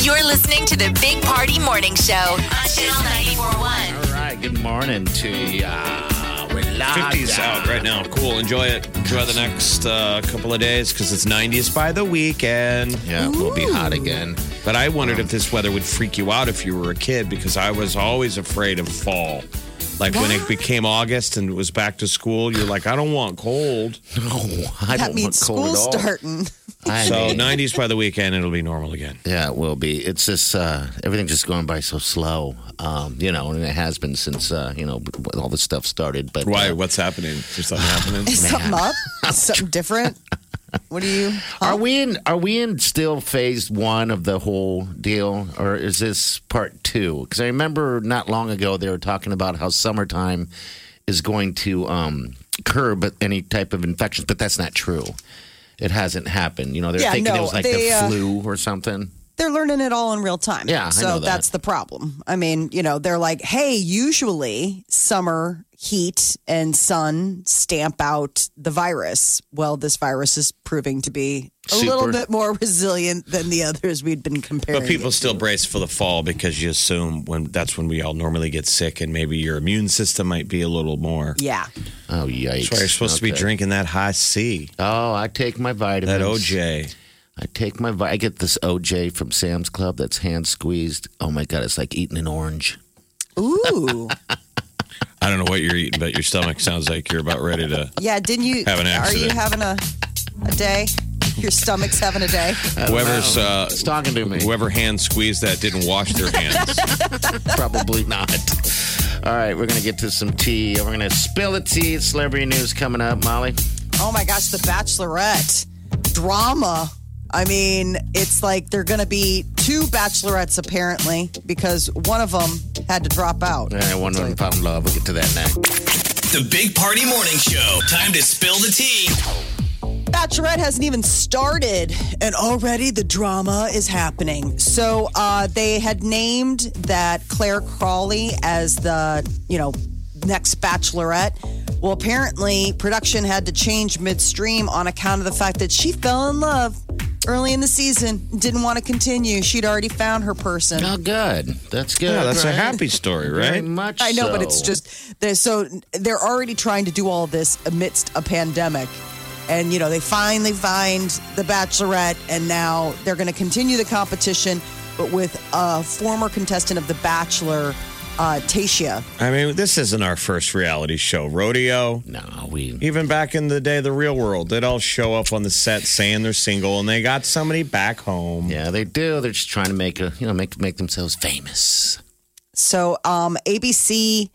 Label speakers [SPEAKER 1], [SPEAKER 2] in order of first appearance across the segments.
[SPEAKER 1] You're listening to the Big Party Morning Show on Channel 941.
[SPEAKER 2] All right, good morning to ya. We love
[SPEAKER 3] 50s
[SPEAKER 2] ya.
[SPEAKER 3] out right now. Cool. Enjoy it. Enjoy the next uh, couple of days because it's 90s by the weekend.
[SPEAKER 2] Yeah, we'll be hot again.
[SPEAKER 3] But I wondered if this weather would freak you out if you were a kid because I was always afraid of fall. Like when it became August and it was back to school, you're like, I don't want cold.
[SPEAKER 2] Oh, I
[SPEAKER 4] That
[SPEAKER 2] don't
[SPEAKER 4] means
[SPEAKER 2] want cold
[SPEAKER 4] school
[SPEAKER 2] at all.
[SPEAKER 4] starting.
[SPEAKER 2] I
[SPEAKER 3] So
[SPEAKER 2] mean,
[SPEAKER 3] 90s by the weekend, it'll be normal again.
[SPEAKER 2] yeah, it will be. It's just uh, everything's just going by so slow, um, you know, and it has been since uh, you know all this stuff started. But
[SPEAKER 3] Why?
[SPEAKER 2] uh,
[SPEAKER 3] What's happening? Is there something happening?
[SPEAKER 4] Is something up? Is something different? What do you?
[SPEAKER 2] are we in? Are we in still phase one of the whole deal, or is this part two? Because I remember not long ago they were talking about how summertime is going to um, curb any type of infections, but that's not true. It hasn't happened. You know, they're
[SPEAKER 4] Yeah,
[SPEAKER 2] thinking it
[SPEAKER 4] no,
[SPEAKER 2] was like
[SPEAKER 4] they,
[SPEAKER 2] the
[SPEAKER 4] uh,
[SPEAKER 2] flu or something.
[SPEAKER 4] They're learning it all in real time.
[SPEAKER 2] Yeah, I
[SPEAKER 4] So
[SPEAKER 2] know that.
[SPEAKER 4] that's the problem. I mean, you know, they're like, hey, usually summer heat and sun stamp out the virus. Well, this virus is proving to be a little
[SPEAKER 2] Super.
[SPEAKER 4] bit more resilient than the others we'd been comparing.
[SPEAKER 3] But people still brace for the fall because you assume when that's when we all normally get sick, and maybe your immune system might be a little more.
[SPEAKER 4] Yeah.
[SPEAKER 2] Oh yikes!
[SPEAKER 3] That's why you're supposed to be
[SPEAKER 2] Okay.
[SPEAKER 3] drinking that high C,
[SPEAKER 2] Oh, I take my vitamins.
[SPEAKER 3] that OJ.
[SPEAKER 2] I take my. Vi- I get this OJ from Sam's Club that's hand squeezed. Oh my god, it's like eating an orange.
[SPEAKER 4] Ooh.
[SPEAKER 3] I don't know what you're eating, but your stomach sounds like you're about ready to.
[SPEAKER 4] Yeah. Didn't you?
[SPEAKER 3] Have an
[SPEAKER 4] are you
[SPEAKER 3] accident.
[SPEAKER 4] having a, a day? Your stomach's having a day.
[SPEAKER 3] Whoever's uh,
[SPEAKER 2] It's talking to me.
[SPEAKER 3] whoever hand squeezed that didn't wash their hands.
[SPEAKER 2] Probably not. All right, we're gonna get to some tea. We're gonna spill the tea. Celebrity news coming up, Molly.
[SPEAKER 4] Oh my gosh, The Bachelorette drama. I mean, it's like they're going to be two bachelorettes apparently because one of them had to drop out.
[SPEAKER 2] I wonder if I'm in love. We'll get to that next.
[SPEAKER 5] The Big Party Morning Show. Time to spill the tea.
[SPEAKER 4] Bachelorette hasn't even started, and already the drama is happening. So uh, they had named that Claire Crawley as the you know next Bachelorette. Well, apparently production had to change midstream on account of the fact that she fell in love early in the season, didn't want to continue. She'd already found her person.
[SPEAKER 2] Oh, good. That's good.
[SPEAKER 3] Yeah, that's a
[SPEAKER 2] right?
[SPEAKER 3] happy story,
[SPEAKER 2] Very
[SPEAKER 3] right?
[SPEAKER 2] much.
[SPEAKER 4] I know, but
[SPEAKER 2] so.
[SPEAKER 4] it's just they're so they're already trying to do all this amidst a pandemic. And you know, they finally find the Bachelorette and now they're gonna continue the competition, but with a former contestant of The Bachelor, uh Tasia.
[SPEAKER 3] I mean, this isn't our first reality show. Rodeo,
[SPEAKER 2] no. We
[SPEAKER 3] even back in the day, the real world, they'd all show up on the set saying they're single, and they got somebody back home.
[SPEAKER 2] yeah, they do. They're just trying to make a you know make make themselves famous.
[SPEAKER 4] So um ABC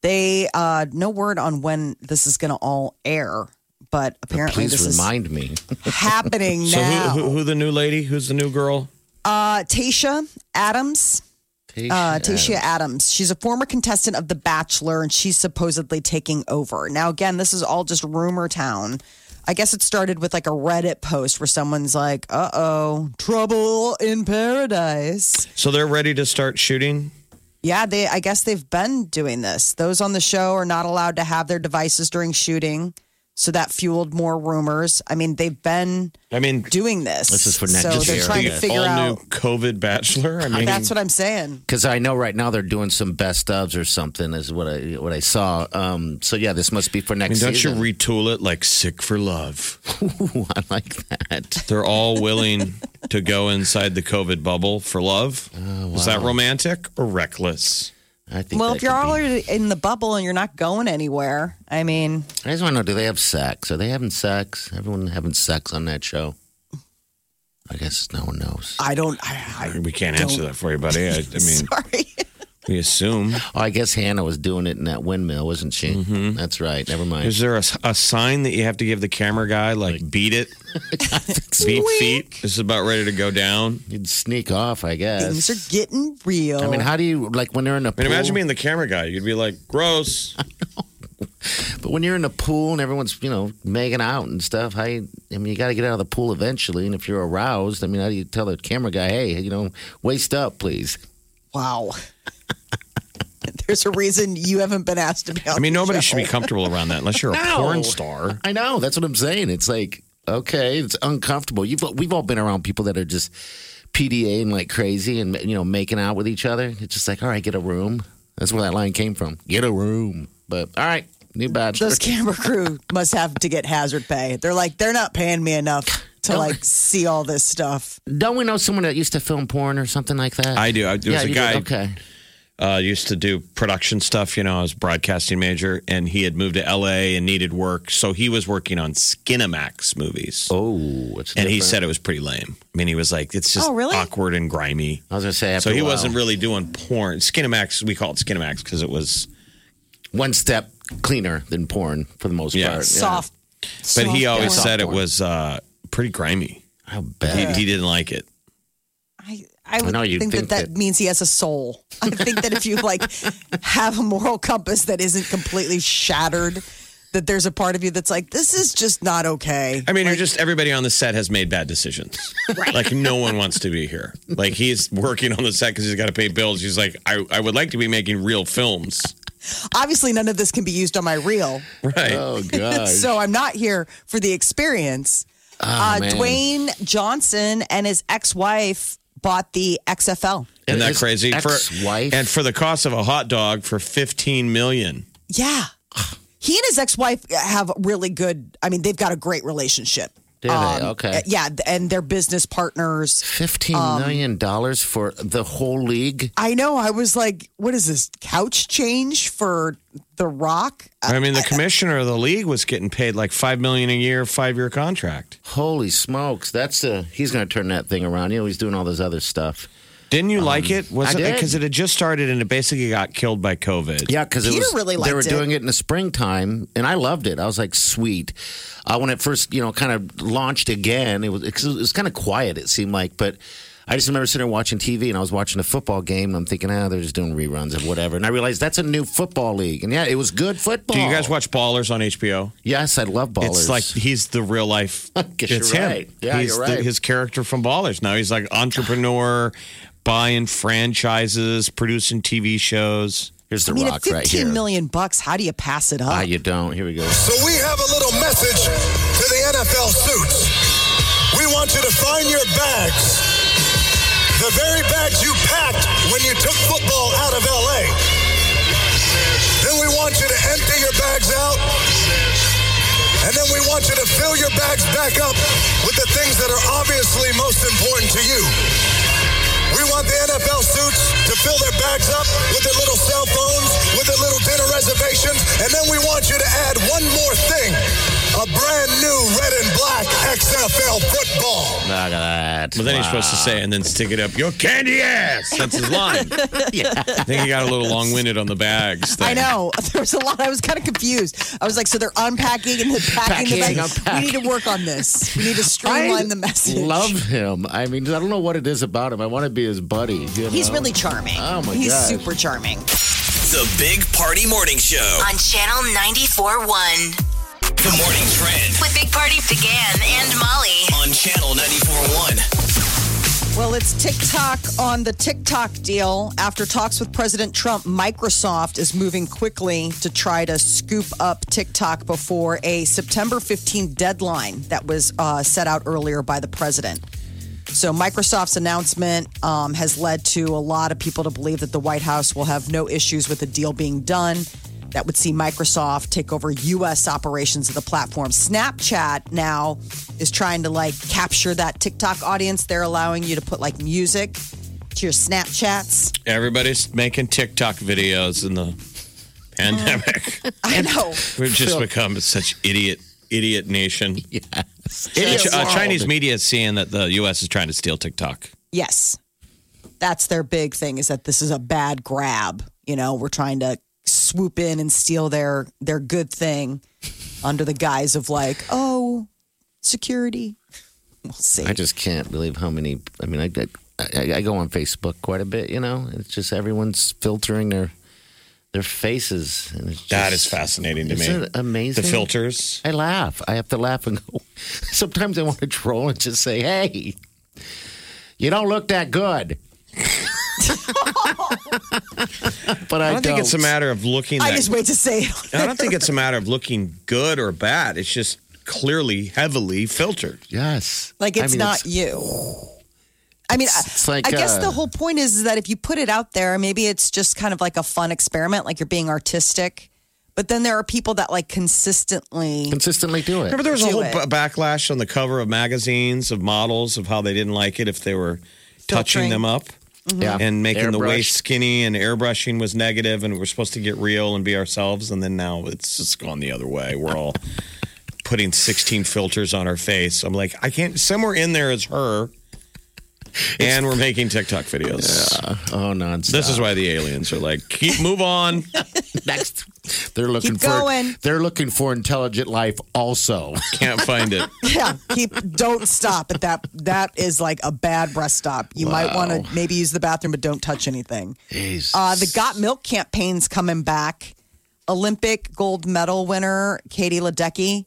[SPEAKER 4] they uh no word on when this is gonna all air, but apparently
[SPEAKER 2] Please
[SPEAKER 4] this
[SPEAKER 2] remind me.
[SPEAKER 4] is uh, happening
[SPEAKER 3] So
[SPEAKER 4] now.
[SPEAKER 3] who, who, who the new lady? Who's the new girl?
[SPEAKER 4] uh Tasha Adams. Uh, Tasha Adams. She's a former contestant of The Bachelor, and she's supposedly taking over. Now, again, this is all just rumor town. I guess it started with like a Reddit post where someone's like, "Uh oh, trouble in paradise."
[SPEAKER 3] So they're ready to start shooting.
[SPEAKER 4] Yeah, they. I guess they've been doing this. Those on the show are not allowed to have their devices during shooting, so that fueled more rumors. I mean, they've been
[SPEAKER 3] I mean,
[SPEAKER 4] doing this.
[SPEAKER 2] This is for next
[SPEAKER 4] so
[SPEAKER 2] year.
[SPEAKER 4] they're trying to
[SPEAKER 3] the
[SPEAKER 4] figure
[SPEAKER 3] all
[SPEAKER 4] out.
[SPEAKER 3] new COVID Bachelor. I mean,
[SPEAKER 4] That's what I'm saying.
[SPEAKER 2] Because I know right now they're doing some best ofs or something is what I what I saw. Um, so yeah, this must be for
[SPEAKER 3] I mean,
[SPEAKER 2] next
[SPEAKER 3] don't you
[SPEAKER 2] season.
[SPEAKER 3] retool it like sick for love?
[SPEAKER 2] Ooh, I like that.
[SPEAKER 3] They're all willing to go inside the COVID bubble for love.
[SPEAKER 2] Oh,
[SPEAKER 3] Is that romantic or reckless?
[SPEAKER 2] I think.
[SPEAKER 4] Well,
[SPEAKER 2] that
[SPEAKER 4] if you're
[SPEAKER 2] could be-
[SPEAKER 4] already in the bubble and you're not going anywhere, I mean,
[SPEAKER 2] I just want to know: Do they have sex? Are they having sex? Everyone having sex on that show? I guess no one knows.
[SPEAKER 4] I don't. I,
[SPEAKER 3] We can't answer that for you, buddy. I, I mean,
[SPEAKER 4] sorry.
[SPEAKER 3] We assume.
[SPEAKER 2] Oh, I guess Hannah was doing it in that windmill, wasn't she? That's right. Never mind.
[SPEAKER 3] Mm-hmm. Is there a, a sign that you have to give the camera guy, like, beat it? beat feet? This is about ready to go down.
[SPEAKER 2] You'd sneak off, I
[SPEAKER 4] Things
[SPEAKER 2] guess.
[SPEAKER 4] are getting real.
[SPEAKER 2] I mean, how do you like when they're in a
[SPEAKER 3] I
[SPEAKER 2] pool?
[SPEAKER 3] mean, imagine being the camera guy. You'd be like, gross.
[SPEAKER 2] But when you're in a pool and everyone's you know making out and stuff, how you, I mean, you got to get out of the pool eventually. And if you're aroused, I mean, how do you tell the camera guy, hey, you know, waist up, please?
[SPEAKER 4] wow. There's a reason you haven't been asked to be on
[SPEAKER 3] I mean,
[SPEAKER 4] the
[SPEAKER 3] nobody
[SPEAKER 4] show.
[SPEAKER 3] should be comfortable around that unless you're a
[SPEAKER 2] No.
[SPEAKER 3] porn star.
[SPEAKER 2] I know. That's what I'm saying. It's like okay, it's uncomfortable. You've we've all been around people that are just PDA and like crazy and you know making out with each other. It's just like all right, get a room. That's where that line came from. Get a room. But all right, new bachelor.
[SPEAKER 4] Those camera crew must have to get hazard pay. They're like, they're not paying me enough to like see all this stuff.
[SPEAKER 2] Don't we know someone that used to film porn or something like that?
[SPEAKER 3] I do. I- there was a
[SPEAKER 2] you do.
[SPEAKER 3] guy-
[SPEAKER 2] Okay.
[SPEAKER 3] uh, used to do production stuff. You know, I was a broadcasting major, and he had moved to LA and needed work, so he was working on Skinamax movies.
[SPEAKER 2] Oh, it's
[SPEAKER 3] and he
[SPEAKER 2] different.
[SPEAKER 3] said it was pretty lame. I mean, he was like, "It's just
[SPEAKER 4] Oh, really?
[SPEAKER 3] awkward and grimy."
[SPEAKER 2] I uh, was gonna say after
[SPEAKER 3] So he
[SPEAKER 2] a while.
[SPEAKER 3] wasn't really doing porn. Skinamax, we call it Skinamax because it was.
[SPEAKER 2] one step cleaner than porn for the most
[SPEAKER 3] Yeah.
[SPEAKER 2] part.
[SPEAKER 4] Soft.
[SPEAKER 3] But he
[SPEAKER 4] soft
[SPEAKER 3] always
[SPEAKER 4] porn.
[SPEAKER 3] said it
[SPEAKER 2] porn.
[SPEAKER 3] was uh, pretty grimy.
[SPEAKER 2] I bet.
[SPEAKER 3] He, he didn't like it.
[SPEAKER 4] I, I would
[SPEAKER 2] know you'd
[SPEAKER 4] think,
[SPEAKER 2] think
[SPEAKER 4] that that
[SPEAKER 2] that-
[SPEAKER 4] means he has a soul. I think that if you like have a moral compass that isn't completely shattered, that there's a part of you that's like, this is just not okay.
[SPEAKER 3] I mean, you're just everybody on the set has made bad decisions. Like no one wants to be here. Like he's working on the set because he's got to pay bills. He's like, I, I would like to be making real films.
[SPEAKER 4] Obviously, none of this can be used on my reel,
[SPEAKER 3] Right.
[SPEAKER 2] Oh god.
[SPEAKER 4] so I'm not here for the experience. uh,
[SPEAKER 2] Oh, man.
[SPEAKER 4] Dwayne Johnson and his ex-wife bought the XFL.
[SPEAKER 3] Isn't that
[SPEAKER 2] His
[SPEAKER 3] crazy?
[SPEAKER 2] ex-wife.
[SPEAKER 3] and for the cost of a hot dog for fifteen million.
[SPEAKER 4] Yeah. He and his ex-wife have really good. I mean, they've got a great relationship. Um,
[SPEAKER 2] Do they? Okay.
[SPEAKER 4] Yeah, and they're business partners.
[SPEAKER 2] Fifteen million dollars for the whole league.
[SPEAKER 4] I know. I was like, what is this couch change for The Rock?
[SPEAKER 3] I
[SPEAKER 2] Uh,
[SPEAKER 3] mean, the commissioner of the league was getting paid like five million a year, five year contract.
[SPEAKER 2] Holy smokes! That's a he's going to turn that thing around. You know he's doing all this other stuff.
[SPEAKER 3] Didn't you like it? Was
[SPEAKER 2] Um, I
[SPEAKER 3] it
[SPEAKER 2] did.
[SPEAKER 3] because it had just started and it basically got killed by COVID?
[SPEAKER 2] Yeah, because
[SPEAKER 4] Peter
[SPEAKER 2] was
[SPEAKER 4] really
[SPEAKER 2] they were
[SPEAKER 4] liked it.
[SPEAKER 2] doing it in the springtime, and I loved it. I was like, sweet. Uh, when it first, you know, kind of launched again, it was it was, it was kind of quiet. It seemed like, but I just remember sitting there watching TV, and I was watching a football game, and I'm thinking, ah, they're just doing reruns of whatever. And I realized that's a new football league, and yeah, it was good football.
[SPEAKER 3] Do you guys watch Ballers on HBO?
[SPEAKER 2] Yes, I love ballers.
[SPEAKER 3] It's like he's the real life.
[SPEAKER 2] guess
[SPEAKER 3] it's
[SPEAKER 2] you're
[SPEAKER 3] him.
[SPEAKER 2] right. Yeah,
[SPEAKER 3] he's
[SPEAKER 2] you're
[SPEAKER 3] the-
[SPEAKER 2] right.
[SPEAKER 3] his character from Ballers. Now he's like entrepreneur, buying franchises, producing TV shows.
[SPEAKER 2] here's the
[SPEAKER 4] I mean, at
[SPEAKER 2] rock right here.
[SPEAKER 4] fifteen million bucks, how do you pass it up?
[SPEAKER 2] Ah, you don't. Here we go.
[SPEAKER 6] So we have a little message to the NFL suits. We want you to find your bags, the very bags you packed when you took football out of LA. Then we want you to empty your bags out. And then we want you to fill your bags back up with the things that are obviously most important to you. We want the NFL suits to fill their bags up with their little cell phones, with their little dinner reservations, and then we want you to add one more thing. A brand new red and black XFL football.
[SPEAKER 2] Look at that.
[SPEAKER 3] But then he's supposed to say, and then stick it up your candy ass. That's his line. I think he got a little long winded on the bags.
[SPEAKER 4] I
[SPEAKER 3] thing.
[SPEAKER 4] know. There was a lot. I was kind of confused. I was like, so they're unpacking and then packing the
[SPEAKER 2] Packing,
[SPEAKER 4] bags. We need to work on this. We need to
[SPEAKER 2] I
[SPEAKER 4] streamline the message.
[SPEAKER 2] love him. I mean, I don't know what it is about him. I want to be his buddy. you
[SPEAKER 4] He's
[SPEAKER 2] know?
[SPEAKER 4] really charming.
[SPEAKER 2] Oh, my
[SPEAKER 4] He's
[SPEAKER 2] gosh.
[SPEAKER 4] super charming.
[SPEAKER 5] The Big Party Morning Show.
[SPEAKER 1] on Channel 94.1.
[SPEAKER 5] The Morning Trend
[SPEAKER 1] With Big Party began and Molly.
[SPEAKER 5] on Channel 94.1.
[SPEAKER 4] Well, it's TikTok on the TikTok deal. After talks with President Trump, Microsoft is moving quickly to try to scoop up TikTok before a September 15 deadline that was uh, set out earlier by the president. So, Microsoft's announcement um, has led to a lot of people to believe that the White House will have no issues with the deal being done. That would see Microsoft take over U.S. operations of the platform. Snapchat now is trying to like capture that TikTok audience. They're allowing you to put like music to your Snapchats.
[SPEAKER 3] Everybody's making TikTok videos in the pandemic.
[SPEAKER 2] Oh.
[SPEAKER 4] I know.
[SPEAKER 3] We've just become such idiot, idiot nation.
[SPEAKER 2] Yes.
[SPEAKER 3] Uh, Ch- uh,
[SPEAKER 2] World.
[SPEAKER 3] Chinese media is seeing that the U.S. is trying to steal TikTok.
[SPEAKER 4] Yes. that's their big thing is that this is a bad grab. You know, we're trying to swoop in and steal their their good thing under the guise of like, oh, security. We'll see.
[SPEAKER 2] I just can't believe how many. I mean, I, I I go on Facebook quite a bit. You know, it's just everyone's filtering their their faces. And it's just,
[SPEAKER 3] That is fascinating to me.
[SPEAKER 2] Isn't it amazing?
[SPEAKER 3] The filters.
[SPEAKER 2] I laugh. I have to laugh and go. Sometimes I want to troll and just say, "Hey, you don't look that good." but I,
[SPEAKER 3] I don't think it's a matter of looking.
[SPEAKER 4] I
[SPEAKER 3] that-
[SPEAKER 4] just wait to say it.
[SPEAKER 3] I don't think it's a matter of looking good or bad. It's just clearly heavily filtered.
[SPEAKER 2] Yes,
[SPEAKER 4] Like
[SPEAKER 2] I
[SPEAKER 4] it's
[SPEAKER 2] mean,
[SPEAKER 4] not you. I mean,
[SPEAKER 2] it's
[SPEAKER 4] I,
[SPEAKER 2] like,
[SPEAKER 4] I guess
[SPEAKER 2] uh,
[SPEAKER 4] the whole point is, is that if you put it out there, maybe it's just kind of like a fun experiment, like you're being artistic. But then there are people that like consistently.
[SPEAKER 2] consistently do it.
[SPEAKER 3] Remember, there was a
[SPEAKER 4] Do
[SPEAKER 3] whole
[SPEAKER 4] it.
[SPEAKER 3] b- backlash on the cover of magazines of models of how they didn't like it if they were
[SPEAKER 4] Filtering. Mm-hmm.
[SPEAKER 3] touching them up
[SPEAKER 2] Yeah,
[SPEAKER 3] and making the
[SPEAKER 2] Airbrush.
[SPEAKER 3] waist skinny and airbrushing was negative and we're supposed to get real and be ourselves. And then now it's just gone the other way. We're all putting 16 filters on our face. I'm like, I can't, somewhere in there is her. And we're making TikTok videos.
[SPEAKER 2] Oh, nonsense.
[SPEAKER 3] This is why the aliens are like, keep move on.
[SPEAKER 2] next. They're looking
[SPEAKER 4] Keep
[SPEAKER 2] for.
[SPEAKER 4] going.
[SPEAKER 2] They're looking for intelligent life. Also,
[SPEAKER 3] Can't find it.
[SPEAKER 4] Yeah, keep don't stop at that. That is like a bad rest stop. You might want to maybe use the bathroom, but don't touch anything.
[SPEAKER 2] Jeez.
[SPEAKER 4] Uh, the Got Milk campaign's coming back. Olympic gold medal winner Katie Ledecky.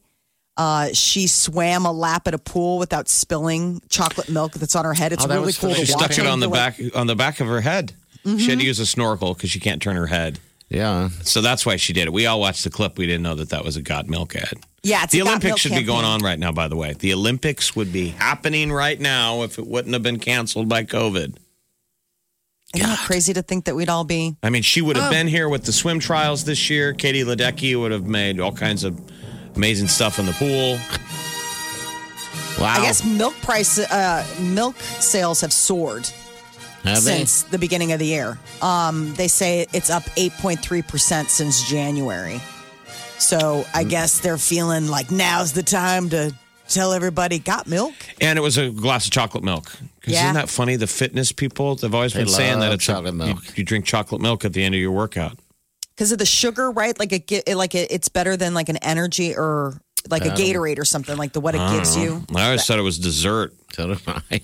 [SPEAKER 4] Uh, she swam a lap at a pool without spilling chocolate milk that's on her head. It's
[SPEAKER 2] Oh, that
[SPEAKER 4] really
[SPEAKER 2] was
[SPEAKER 4] cool to
[SPEAKER 3] She
[SPEAKER 2] She's
[SPEAKER 4] watch.
[SPEAKER 3] stuck it
[SPEAKER 2] walking
[SPEAKER 3] on the
[SPEAKER 4] You're like,
[SPEAKER 3] back on the back of her head. She
[SPEAKER 4] Mm-hmm.
[SPEAKER 3] had to use a snorkel because she can't turn her head.
[SPEAKER 2] yeah.
[SPEAKER 3] So that's why she did it. We all watched the clip. We didn't know that that was a Got Milk ad.
[SPEAKER 4] Yeah, it's
[SPEAKER 3] the
[SPEAKER 4] a Got Milk
[SPEAKER 3] Olympics should be going
[SPEAKER 4] campaign.
[SPEAKER 3] on right now. By the way, the Olympics would be happening right now if it wouldn't have been canceled by COVID.
[SPEAKER 4] Isn't that crazy to think that we'd all be?
[SPEAKER 3] I mean, she would
[SPEAKER 4] Oh.
[SPEAKER 3] have been here with the swim trials this year. Katie Ledecky would have made all kinds of amazing stuff in the pool.
[SPEAKER 2] Wow.
[SPEAKER 4] I guess milk price, uh, milk sales have soared
[SPEAKER 2] Have they?
[SPEAKER 4] since the beginning of the year. Um, they say it's up 8.3% since January. So I
[SPEAKER 2] Mm.
[SPEAKER 4] guess they're feeling like now's the time to tell everybody got milk.
[SPEAKER 3] And it was a glass of chocolate milk. 'Cause
[SPEAKER 4] Yeah.
[SPEAKER 3] Isn't that funny? The fitness people, they've always
[SPEAKER 2] They
[SPEAKER 3] been saying that
[SPEAKER 2] love
[SPEAKER 3] it's a-
[SPEAKER 2] chocolate
[SPEAKER 3] you-
[SPEAKER 2] milk.
[SPEAKER 3] you drink chocolate milk at the end of your workout.
[SPEAKER 4] Because of the sugar, right? Like it, get- like it, it's better than like an energy or like a Gatorade or something like the what it gives you.
[SPEAKER 3] I always thought it was dessert.
[SPEAKER 2] So do I.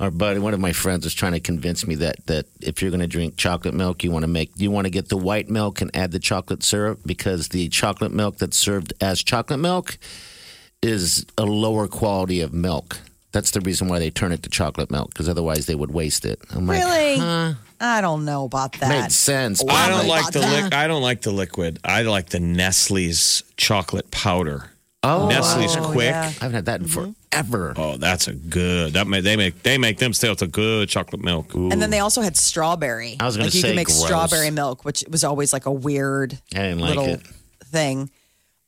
[SPEAKER 2] Our buddy, one of my friends, was trying to convince me that that if you're going to drink chocolate milk, you want to make you want to get the white milk and add the chocolate syrup because the chocolate milk that's served as chocolate milk is a lower quality of milk. That's the reason why they turn it to chocolate milk because otherwise they would waste it. I'm like,
[SPEAKER 4] Really?
[SPEAKER 2] huh?
[SPEAKER 4] I don't know about that.
[SPEAKER 2] Made sense. but
[SPEAKER 3] I
[SPEAKER 2] I'm
[SPEAKER 3] don't
[SPEAKER 4] my
[SPEAKER 3] like the
[SPEAKER 4] God.
[SPEAKER 3] liquid. I don't like the liquid. I like the Nestle's chocolate powder.
[SPEAKER 2] Oh,
[SPEAKER 3] Nestle's quick.
[SPEAKER 2] I haven't had that in
[SPEAKER 4] Mm-hmm.
[SPEAKER 2] forever.
[SPEAKER 3] Oh, that's a good. That may, they make they make them stay with a good chocolate milk.
[SPEAKER 4] And then they also had strawberry.
[SPEAKER 2] I was gonna
[SPEAKER 4] like you
[SPEAKER 2] say
[SPEAKER 4] could make
[SPEAKER 2] gross.
[SPEAKER 4] strawberry milk, which was always like a weird
[SPEAKER 2] I didn't like
[SPEAKER 4] little
[SPEAKER 2] it.
[SPEAKER 4] thing.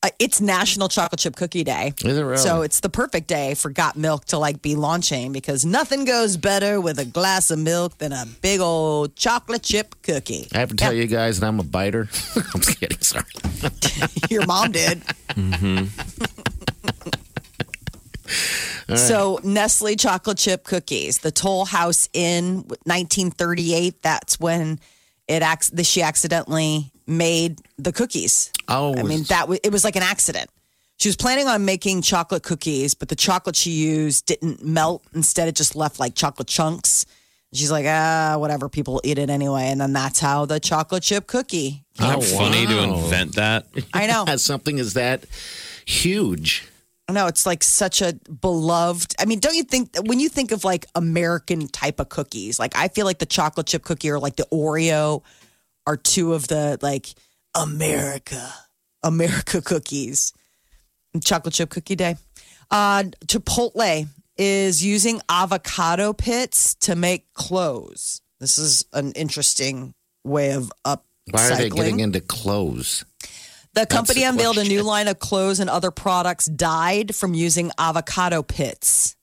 [SPEAKER 4] Uh, it's National Chocolate Chip Cookie Day,
[SPEAKER 2] Is it really?
[SPEAKER 4] so it's the perfect day for Got Milk to like be launching because nothing goes better with a glass of milk than a big old chocolate chip cookie.
[SPEAKER 2] I have to tell you guys that I'm a biter. I'm just kidding. Sorry.
[SPEAKER 4] Your mom did.
[SPEAKER 2] Mm-hmm.
[SPEAKER 4] So Nestle chocolate chip cookies, the Toll House Inn, 1938. That's when it acts. She accidentally made the cookies.
[SPEAKER 2] Oh,
[SPEAKER 4] I mean that was it was like an accident. She was planning on making chocolate cookies, but the chocolate she used didn't melt. Instead, it just left like chocolate chunks. She's like, ah, whatever. People eat it anyway, and then that's how the chocolate chip cookie.
[SPEAKER 3] Isn't that
[SPEAKER 2] Oh,
[SPEAKER 3] funny to
[SPEAKER 2] wow.
[SPEAKER 3] invent that?
[SPEAKER 4] I know.
[SPEAKER 2] As something is that huge.
[SPEAKER 4] No, it's like such a beloved. I mean, don't you think that when you think of like American type of cookies, like I feel like the chocolate chip cookie or like the Oreo are two of the like America, America cookies. Chocolate chip cookie day. Uh, Chipotle is using avocado pits to make clothes. This is an interesting way of up.
[SPEAKER 2] Why are they getting into clothes?
[SPEAKER 4] The company
[SPEAKER 2] the
[SPEAKER 4] unveiled a new
[SPEAKER 2] question.
[SPEAKER 4] line of clothes and other products dyed from using avocado pits.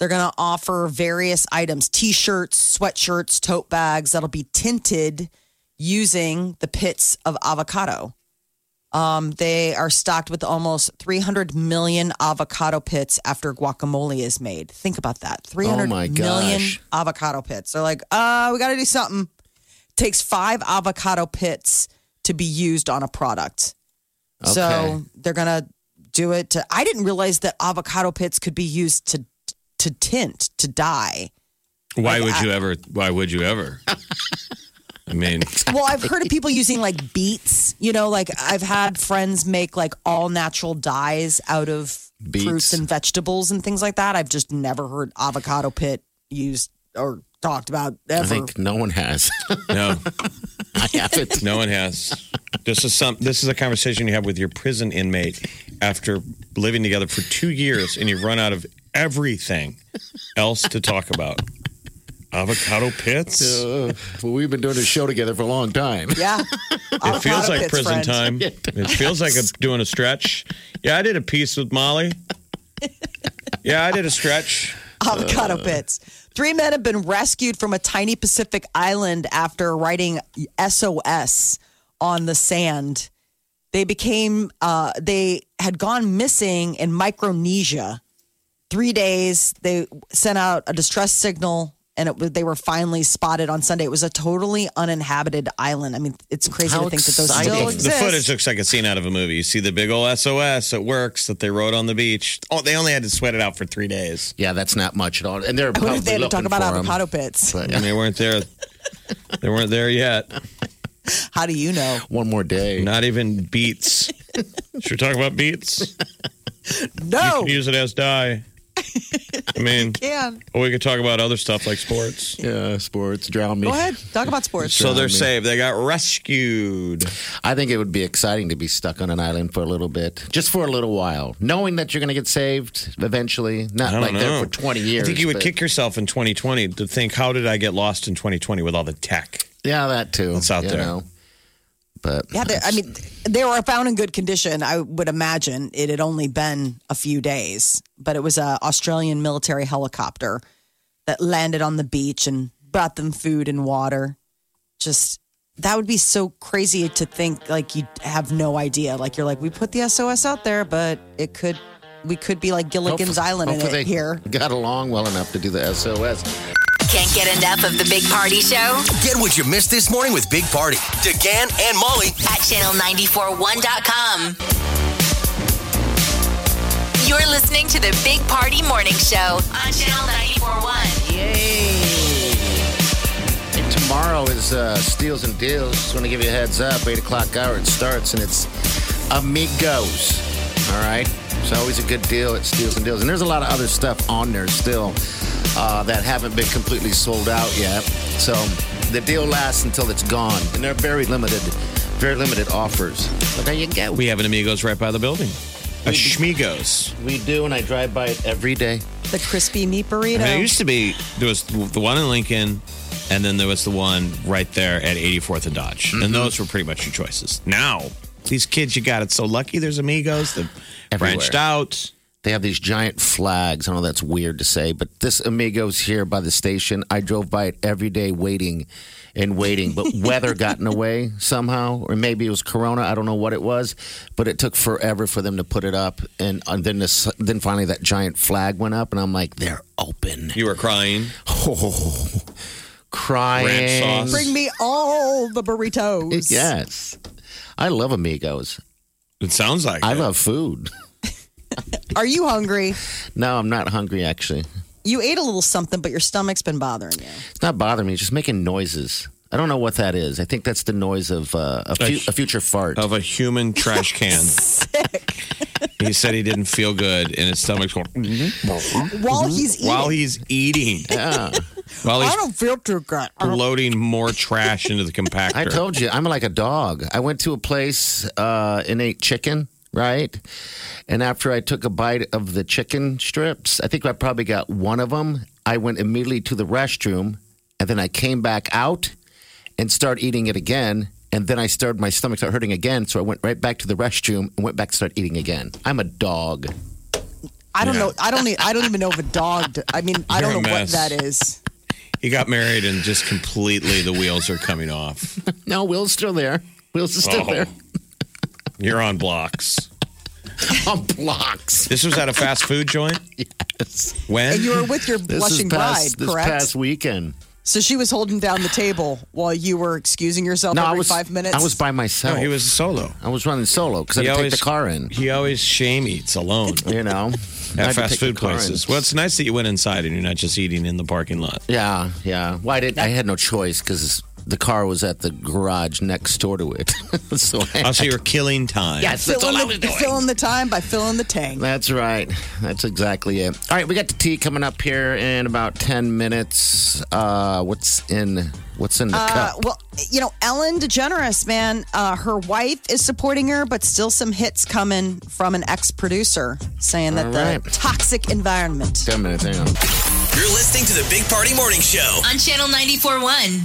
[SPEAKER 4] They're going to offer various items t shirts, sweatshirts, tote bags that'll be tinted using the pits of avocado. Um, they are stocked with almost 300 million avocado pits after guacamole is made. Think about that. three hundred
[SPEAKER 2] Oh my
[SPEAKER 4] million
[SPEAKER 2] gosh.
[SPEAKER 4] avocado pits. They're like, uh, we got to do something. Takes five avocado pits to be used on a product.
[SPEAKER 2] Okay.
[SPEAKER 4] So they're gonna do it. To, I didn't realize that avocado pits could be used to to tint to dye.
[SPEAKER 7] Why would you ever? Why would you ever? I mean,
[SPEAKER 4] Well, I've heard of people using like beets. You know, like I've had friends make like all natural dyes out of
[SPEAKER 2] Beets.
[SPEAKER 4] fruits and vegetables and things like that. I've just never heard avocado pit used or talked about
[SPEAKER 2] I
[SPEAKER 4] ever.
[SPEAKER 2] think no one has.
[SPEAKER 7] no,
[SPEAKER 2] I haven't.
[SPEAKER 7] no one has.
[SPEAKER 3] This is some. This is a conversation you have with your prison inmate after living together for two years, and you've run out of everything else to talk about. Avocado pits.
[SPEAKER 2] Well, we've been doing this show together for a long time.
[SPEAKER 4] yeah,
[SPEAKER 3] It feels like
[SPEAKER 4] pits,
[SPEAKER 3] prison
[SPEAKER 4] friends.
[SPEAKER 3] time. It feels like I'm doing a stretch. Yeah, I did a piece with Molly. Yeah, I did a stretch.
[SPEAKER 4] avocado
[SPEAKER 2] Uh.
[SPEAKER 4] pits. Three men have been rescued from a tiny Pacific island after writing SOS on the sand. They became, uh, they had gone missing in Micronesia. Three days, they sent out a distress signal and it, wa- they were finally spotted on Sunday. It was a totally uninhabited island. I mean, it's crazy
[SPEAKER 2] How
[SPEAKER 4] to think that those
[SPEAKER 2] exciting.
[SPEAKER 4] still
[SPEAKER 3] The, the
[SPEAKER 4] exist.
[SPEAKER 3] footage looks like a scene out of a movie. You see the big old SOS. It works that they wrote on the beach. Oh, they only had to sweat it out for three days.
[SPEAKER 2] Yeah, that's not much at all. And they're
[SPEAKER 4] I wonder
[SPEAKER 2] probably
[SPEAKER 4] if they had to
[SPEAKER 2] looking
[SPEAKER 4] talk about
[SPEAKER 2] for 'em.
[SPEAKER 4] avocado pits.
[SPEAKER 3] And they weren't there. They weren't there yet.
[SPEAKER 4] How do you know?
[SPEAKER 2] One more day.
[SPEAKER 3] Not even beets. Should we talk about beets? You
[SPEAKER 4] No,
[SPEAKER 3] can use it as dye. I mean,
[SPEAKER 4] can.
[SPEAKER 3] or we could talk about other stuff like sports.
[SPEAKER 2] Yeah, sports drown me.
[SPEAKER 4] Go ahead. Talk about sports.
[SPEAKER 3] So they're
[SPEAKER 2] Drowning.
[SPEAKER 3] saved. They got rescued.
[SPEAKER 2] I think it would be exciting to be stuck on an island for a little bit, just for a little while, knowing that you're going to get saved eventually. Not
[SPEAKER 3] I don't
[SPEAKER 2] like
[SPEAKER 3] know.
[SPEAKER 2] there for 20 years.
[SPEAKER 3] I think you would
[SPEAKER 2] but-
[SPEAKER 3] kick yourself in 2020 to think, how did I get lost in 2020 with all the tech?
[SPEAKER 2] Yeah, that too.
[SPEAKER 3] It's out
[SPEAKER 2] you
[SPEAKER 3] there.
[SPEAKER 2] know. But
[SPEAKER 4] Yeah, they, I mean, they were found in good condition. I would imagine it had only been a few days, but it was a Australian military helicopter that landed on the beach and brought them food and water. Just that would be so crazy to think like you have no idea. Like you're like, we put the SOS out there, but it could, we could be like Gilligan's
[SPEAKER 2] hopefully-
[SPEAKER 4] Island in
[SPEAKER 2] hopefully
[SPEAKER 4] it
[SPEAKER 2] they
[SPEAKER 4] here.
[SPEAKER 2] Got along well enough to do the SOS.
[SPEAKER 1] Can't get enough of the Big Party Show
[SPEAKER 5] Get what you missed this morning with Big Party, DeGan and Molly
[SPEAKER 1] at channel941.com. You're listening to the Big Party Morning Show on channel 941.
[SPEAKER 2] Yay! And tomorrow is uh, Steals and Deals. Just want to give you a heads up. 8 o'clock hour it starts, and it's Amigos. All right? It's always a good deal at Steals and Deals. And there's a lot of other stuff on there still uh, that haven't been completely sold out yet. So the deal lasts until it's gone. And they're very limited, very limited offers. But there you go. We,
[SPEAKER 3] We have an Amigos right by the building. A Schmigos.
[SPEAKER 2] we do, and I drive by it every day.
[SPEAKER 4] The crispy meat burrito.
[SPEAKER 3] I mean, it used to be there was the one in Lincoln, and then there was the one right there at 84th and Dodge, and those were pretty much your choices. Now these kids, you got it so lucky. There's Amigos that
[SPEAKER 2] Everywhere.
[SPEAKER 3] branched out.
[SPEAKER 2] They have these giant flags. I know that's weird to say, but this Amigos here by the station, I drove by it every day waiting and waiting, but weather got in the way somehow, or maybe it was Corona. I don't know what it was, but it took forever for them to put it up. And uh, then this, then finally that giant flag went up, and I'm like, they're open.
[SPEAKER 3] You were crying.
[SPEAKER 2] Oh, crying.
[SPEAKER 3] Ranch sauce.
[SPEAKER 4] Bring me all the burritos.
[SPEAKER 2] Yes. I love Amigos.
[SPEAKER 3] It sounds like
[SPEAKER 2] I
[SPEAKER 3] it.
[SPEAKER 2] love food.
[SPEAKER 4] Are you hungry?
[SPEAKER 2] No, I'm not hungry, actually.
[SPEAKER 4] You ate a little something, but your stomach's been bothering you.
[SPEAKER 2] It's not bothering me. It's just making noises. I don't know what that is. I think that's the noise of uh, a, fu-
[SPEAKER 3] sh-
[SPEAKER 2] a future fart.
[SPEAKER 3] of a human trash can. He said he didn't feel good, and his stomach's going
[SPEAKER 4] While he's eating.
[SPEAKER 3] Mm-hmm. while he's eating,
[SPEAKER 2] Yeah.
[SPEAKER 3] while
[SPEAKER 4] I
[SPEAKER 3] he's
[SPEAKER 4] don't feel too good.
[SPEAKER 3] loading more trash into the compactor.
[SPEAKER 2] I told you, I'm like a dog. I went to a place uh, and ate chicken, right? And after I took a bite of the chicken strips, I think I probably got one of them. I went immediately to the restroom, and then I came back out and started eating it again. And then I started my stomach started hurting again, so I went right back to the restroom and went back to start eating again. I'm a dog.
[SPEAKER 4] I don't know. I don't. e- I don't even know if a dog. d- I mean, I
[SPEAKER 3] You're
[SPEAKER 4] don't know
[SPEAKER 3] a
[SPEAKER 4] what
[SPEAKER 3] mess.
[SPEAKER 4] that is.
[SPEAKER 3] He got married, and just completely the wheels are coming off.
[SPEAKER 2] No, Will's still there. Will's is still
[SPEAKER 3] Oh.
[SPEAKER 2] there.
[SPEAKER 3] You're on blocks.
[SPEAKER 2] on blocks.
[SPEAKER 3] This was at a fast food joint.
[SPEAKER 2] Yes.
[SPEAKER 3] When
[SPEAKER 4] And you were with your
[SPEAKER 2] This
[SPEAKER 4] blushing
[SPEAKER 2] is past,
[SPEAKER 4] bride,
[SPEAKER 2] this
[SPEAKER 4] correct?
[SPEAKER 2] past weekend.
[SPEAKER 4] so she was holding down the table while you were excusing yourself
[SPEAKER 2] No, I
[SPEAKER 4] every
[SPEAKER 2] was
[SPEAKER 4] five minutes.
[SPEAKER 2] I was by myself.
[SPEAKER 3] no, he was solo.
[SPEAKER 2] I was running solo because I
[SPEAKER 3] He
[SPEAKER 2] had to
[SPEAKER 3] always-
[SPEAKER 2] take the car in.
[SPEAKER 3] He always shame eats alone
[SPEAKER 2] You know, I had to
[SPEAKER 3] at fast
[SPEAKER 2] take the
[SPEAKER 3] food
[SPEAKER 2] car in.
[SPEAKER 3] places. Well, it's nice that you went inside and you're not just eating in the parking lot.
[SPEAKER 2] Yeah, yeah. Why did I had no choice because the car was at the garage next door to it. so I
[SPEAKER 3] Also, you're killing time.
[SPEAKER 2] Yes, that's all I was
[SPEAKER 4] filling, the,
[SPEAKER 2] doing.
[SPEAKER 4] filling the time by filling the tank.
[SPEAKER 2] That's right. That's exactly it. All right, we got the tea coming up here in about ten minutes. Uh, what's in What's in the
[SPEAKER 4] Uh,
[SPEAKER 2] cup?
[SPEAKER 4] well, you know, Ellen DeGeneres, man, uh, her wife is supporting her, but still some hits coming from an ex producer saying that
[SPEAKER 2] All
[SPEAKER 4] the
[SPEAKER 2] right.
[SPEAKER 4] toxic environment.
[SPEAKER 2] Ten minutes. Hang on.
[SPEAKER 5] You're listening to the Big Party Morning Show.
[SPEAKER 1] on Channel 94.1.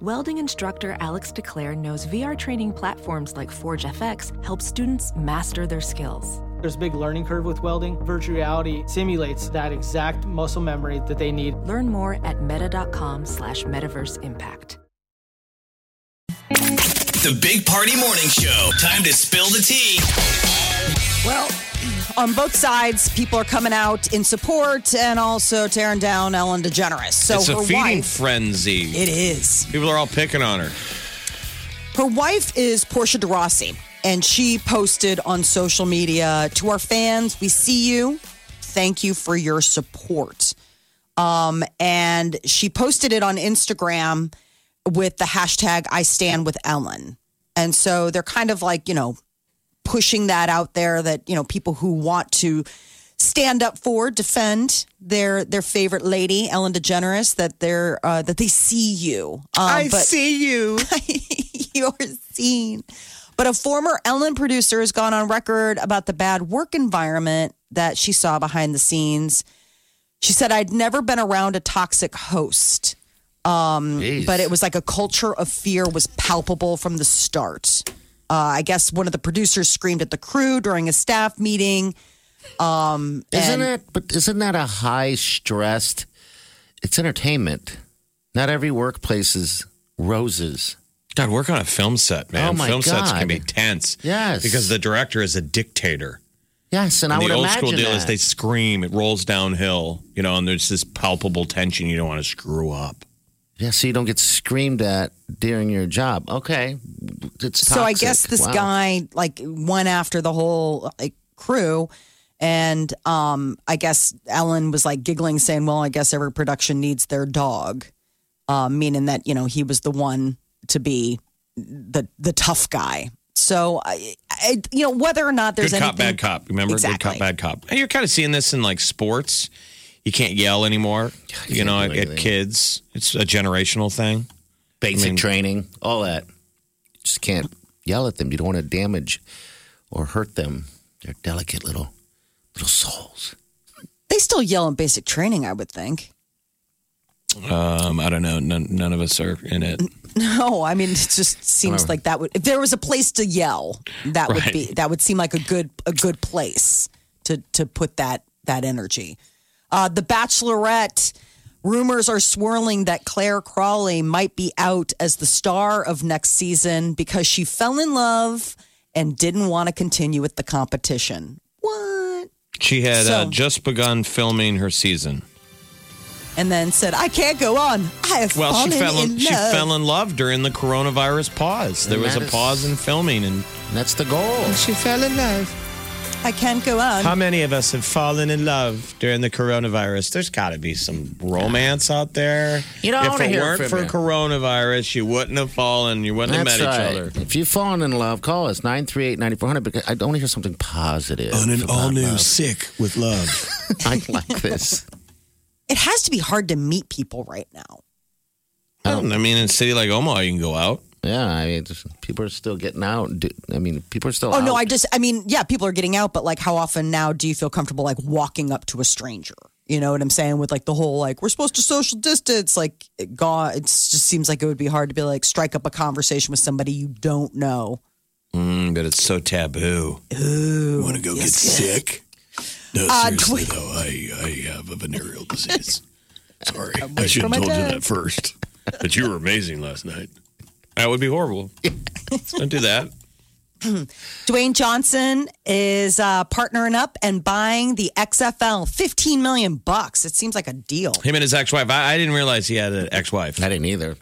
[SPEAKER 8] Welding instructor Alex DeClaire knows VR training platforms like Forge FX help students master their skills.
[SPEAKER 9] There's a big learning curve with welding. Virtual reality simulates that exact muscle memory that they need.
[SPEAKER 8] Learn more at meta.com slash metaverse impact.
[SPEAKER 5] The Big Party Morning Show. Time to spill the tea.
[SPEAKER 4] Well, on both sides, people are coming out in support and also tearing down Ellen DeGeneres. So
[SPEAKER 3] it's a
[SPEAKER 4] her
[SPEAKER 3] feeding
[SPEAKER 4] wife.
[SPEAKER 3] frenzy.
[SPEAKER 4] it is.
[SPEAKER 3] People are all picking on her.
[SPEAKER 4] Her wife is Portia de Rossi, and she posted on social media to our fans, we see you. Thank you for your support. Um, and she posted it on Instagram with the hashtag I stand with Ellen. And so they're kind of like, you know, pushing that out there that, you know, people who want to stand up for, defend their their favorite lady, Ellen DeGeneres, that they're uh, that they see you. Um, but-
[SPEAKER 3] see you.
[SPEAKER 4] you're seen. But a former Ellen producer has gone on record about the bad work environment that she saw behind the scenes. She said, I'd never been around a toxic host, Um,
[SPEAKER 2] Jeez.
[SPEAKER 4] but it was like a culture of fear was palpable from the start. Uh, I guess one of the producers screamed at the crew during a staff meeting. Um,
[SPEAKER 2] isn't
[SPEAKER 4] and-
[SPEAKER 2] it? But isn't that a high stressed? It's entertainment. Not every workplace is roses.
[SPEAKER 3] God, work on a film set, man.
[SPEAKER 2] Oh, my
[SPEAKER 3] film sets can
[SPEAKER 2] God.
[SPEAKER 3] be tense.
[SPEAKER 2] Yes.
[SPEAKER 3] Because the director is a dictator.
[SPEAKER 2] Yes, and, I
[SPEAKER 3] And
[SPEAKER 2] would
[SPEAKER 3] the old
[SPEAKER 2] imagine
[SPEAKER 3] school deal
[SPEAKER 2] that.
[SPEAKER 3] is they scream, it rolls downhill, you know, and there's this palpable tension you don't want to screw up.
[SPEAKER 2] Yeah, so you don't get screamed at during your job. Okay. It's
[SPEAKER 4] So I
[SPEAKER 2] toxic.
[SPEAKER 4] guess this
[SPEAKER 2] Wow.
[SPEAKER 4] guy like went after the whole like, crew, and um, I guess Ellen was like giggling, saying, "Well, I guess every production needs their dog," uh, meaning that you know he was the one to be the the tough guy. So I, I you know whether or not there's
[SPEAKER 3] Good
[SPEAKER 4] anything
[SPEAKER 3] cop, bad cop. Remember?
[SPEAKER 4] Exactly.
[SPEAKER 3] Good cop, bad cop. And you're kind of seeing this in like sports. You can't yell anymore, you know, at,
[SPEAKER 2] do
[SPEAKER 3] at
[SPEAKER 2] anything.
[SPEAKER 3] kids. It's a generational thing.
[SPEAKER 2] basic
[SPEAKER 3] I mean-
[SPEAKER 2] training, all that. Just can't yell at them. You don't want to damage or hurt them. They're delicate little little souls.
[SPEAKER 4] they still yell in basic training, I would think.
[SPEAKER 3] Um, I don't know. None, none of us are in it.
[SPEAKER 4] No, I mean it just seems like that would if there was a place to yell, that would
[SPEAKER 3] Right.
[SPEAKER 4] be that would seem like a good a good place to to put that that energy. Uh, the Bachelorette rumors are swirling that Claire Crawley might be out as the star of next season because she fell in love and didn't want to continue with the competition. What?
[SPEAKER 3] She had uh,
[SPEAKER 4] So-
[SPEAKER 3] just begun filming her season.
[SPEAKER 4] And then said, "I can't go on. I have
[SPEAKER 3] Well,
[SPEAKER 4] fallen
[SPEAKER 3] she fell
[SPEAKER 4] in,
[SPEAKER 3] in, she
[SPEAKER 4] love."
[SPEAKER 3] fell in love during the coronavirus pause. There
[SPEAKER 2] And
[SPEAKER 3] was a
[SPEAKER 2] that is-
[SPEAKER 3] pause in filming, and
[SPEAKER 2] And that's the goal.
[SPEAKER 3] she fell in love.
[SPEAKER 4] I can't go on.
[SPEAKER 2] Um,
[SPEAKER 3] How many of us have fallen in love during the coronavirus? There's got to be some romance out there.
[SPEAKER 2] You don't
[SPEAKER 3] if
[SPEAKER 2] wanna
[SPEAKER 3] it
[SPEAKER 2] hear
[SPEAKER 3] weren't
[SPEAKER 2] from
[SPEAKER 3] for
[SPEAKER 2] you.
[SPEAKER 3] coronavirus, you wouldn't have fallen. You wouldn't
[SPEAKER 2] That's
[SPEAKER 3] have met
[SPEAKER 2] right.
[SPEAKER 3] each other.
[SPEAKER 2] If you've fallen in love, call us 938-9400 because I want to hear something positive. about love.
[SPEAKER 3] sick with love.
[SPEAKER 2] I like this.
[SPEAKER 4] It has to be hard to meet people right now.
[SPEAKER 3] I, don't, I mean, in a city like Omaha, you can go out.
[SPEAKER 2] Yeah, I mean, just- people are still getting out. and do- I mean, people are still.
[SPEAKER 4] Oh no, I
[SPEAKER 2] out.
[SPEAKER 4] just I mean, yeah, people are getting out, but like how often now do you feel comfortable like walking up to a stranger? You know what I'm saying? With like the whole like we're supposed to social distance, like it gone it just seems like it would be hard to be like strike up a conversation with somebody you don't know.
[SPEAKER 3] Mm, but it's so taboo.
[SPEAKER 4] Ooh.
[SPEAKER 3] Want to go
[SPEAKER 4] yes,
[SPEAKER 3] get sick?
[SPEAKER 5] No,
[SPEAKER 4] Uh,
[SPEAKER 5] seriously
[SPEAKER 4] Dwayne-
[SPEAKER 5] though, I, I have a venereal disease. Sorry, I
[SPEAKER 3] wish
[SPEAKER 5] should have
[SPEAKER 3] for my
[SPEAKER 5] told you
[SPEAKER 3] dad.
[SPEAKER 5] that first. But you were amazing last night.
[SPEAKER 3] That would be horrible. Don't do that.
[SPEAKER 4] Dwayne Johnson is uh, partnering up and buying the XFL, 15 million bucks. It seems like a deal.
[SPEAKER 3] Him and his ex-wife. I, I didn't realize he had an ex-wife. I
[SPEAKER 2] didn't either.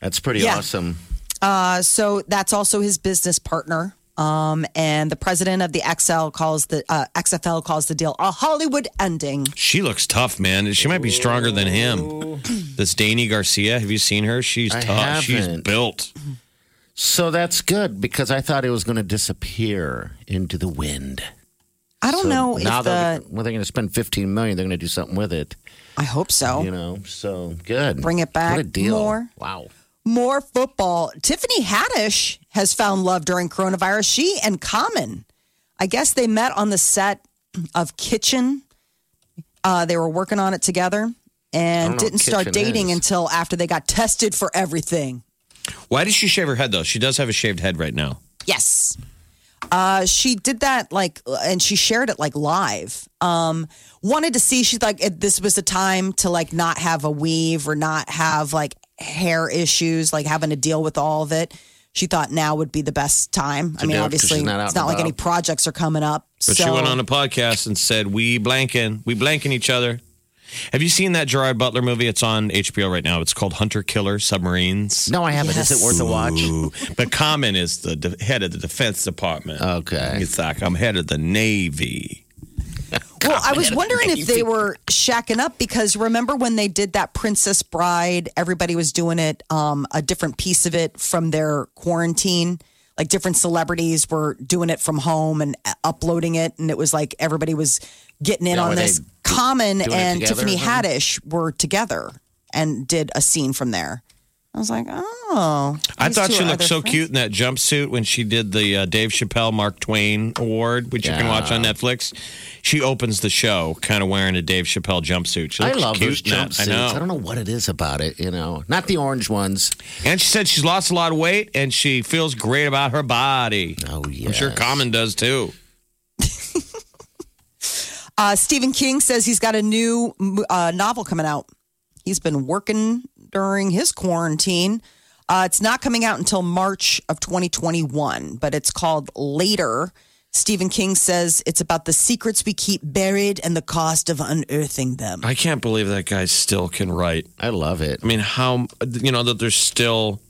[SPEAKER 2] That's pretty
[SPEAKER 4] Yeah.
[SPEAKER 2] awesome.
[SPEAKER 4] Uh, so that's also his business partner. Um, and the president of the XL calls the uh, XFL calls the deal a Hollywood ending.
[SPEAKER 3] She looks tough, man. She might be stronger than him. This Danny Garcia. Have you seen her? She's
[SPEAKER 2] I
[SPEAKER 3] tough. She's
[SPEAKER 2] haven't.
[SPEAKER 3] built.
[SPEAKER 2] So that's good because I thought it was going to disappear into the wind.
[SPEAKER 4] I don't
[SPEAKER 2] So
[SPEAKER 4] know if
[SPEAKER 2] now they're,
[SPEAKER 4] the
[SPEAKER 2] well, they're going to spend 15 million. They're going to do something with it.
[SPEAKER 4] I hope so.
[SPEAKER 2] You know, so good.
[SPEAKER 4] Oh. Bring it back
[SPEAKER 2] What a deal.
[SPEAKER 4] more.
[SPEAKER 2] Wow.
[SPEAKER 4] more football. Tiffany Haddish has found love during coronavirus. She and Common, I guess they met on the set of Kitchen. Uh, they were working on it together and
[SPEAKER 3] I don't know
[SPEAKER 4] didn't
[SPEAKER 3] what
[SPEAKER 4] start
[SPEAKER 3] Kitchen
[SPEAKER 4] dating
[SPEAKER 3] is.
[SPEAKER 4] until after they got tested for everything.
[SPEAKER 3] Why did she shave her head though? She does have a shaved head right now.
[SPEAKER 4] Yes. Uh, she did that like, and she shared it like live. Um, wanted to see, she's like, if this was a time to like not have a weave or not have like hair issues, like having to deal with all of it. She thought now would be the best time. I
[SPEAKER 3] To
[SPEAKER 4] mean,
[SPEAKER 3] do it 'cause
[SPEAKER 4] obviously,
[SPEAKER 3] she's not out
[SPEAKER 4] it's not
[SPEAKER 3] and
[SPEAKER 4] like any projects are coming up.
[SPEAKER 3] But
[SPEAKER 4] so
[SPEAKER 3] she went on a podcast and said, "We blanking, we blanking each other." Have you seen that Gerard Butler movie? It's on HBO right now. It's called Hunter Killer Submarines.
[SPEAKER 2] No, I haven't. Is it Yes. worth a watch?
[SPEAKER 3] Ooh. But Common is the de- head of the Defense Department. Okay, it's like I'm head of the Navy.
[SPEAKER 4] Well, I was wondering if they were shacking up because remember when they did that Princess Bride, everybody was doing it, um, a different piece of it from their quarantine. Like different celebrities were doing it from home and uh, uploading it. And it was like everybody was getting in
[SPEAKER 9] Yeah,
[SPEAKER 4] on
[SPEAKER 9] were they
[SPEAKER 4] this.
[SPEAKER 9] d-
[SPEAKER 4] Common
[SPEAKER 9] doing it
[SPEAKER 4] and
[SPEAKER 9] together
[SPEAKER 4] Tiffany
[SPEAKER 9] or something?
[SPEAKER 4] Haddish were together and did a scene from there. I was like, oh.
[SPEAKER 3] I
[SPEAKER 4] these
[SPEAKER 3] thought
[SPEAKER 4] two
[SPEAKER 3] she
[SPEAKER 4] are
[SPEAKER 3] looked
[SPEAKER 4] their
[SPEAKER 3] so
[SPEAKER 4] friends.
[SPEAKER 3] cute in that jumpsuit when she did the uh, Dave Chappelle Mark Twain Award, which you can watch on Netflix. She opens the show kind of wearing a Dave Chappelle jumpsuit. She
[SPEAKER 2] I
[SPEAKER 3] looks
[SPEAKER 2] love
[SPEAKER 3] cute
[SPEAKER 2] those
[SPEAKER 3] in that.
[SPEAKER 2] jumpsuits. I,
[SPEAKER 3] I know.
[SPEAKER 2] don't know what it is about it, you know. Not the orange ones.
[SPEAKER 3] And she said she's lost a lot of weight and she feels great about her body.
[SPEAKER 2] Oh yeah,
[SPEAKER 3] I'm sure Common does too.
[SPEAKER 4] Uh, Stephen King says he's got a new uh, novel coming out. He's been working during his quarantine. Uh, it's not coming out until March of 2021, but it's called Later. Stephen King says it's about the secrets we keep buried and the cost of unearthing them.
[SPEAKER 3] I can't believe that guy still can write.
[SPEAKER 2] I love it.
[SPEAKER 3] I mean, how you know that there's still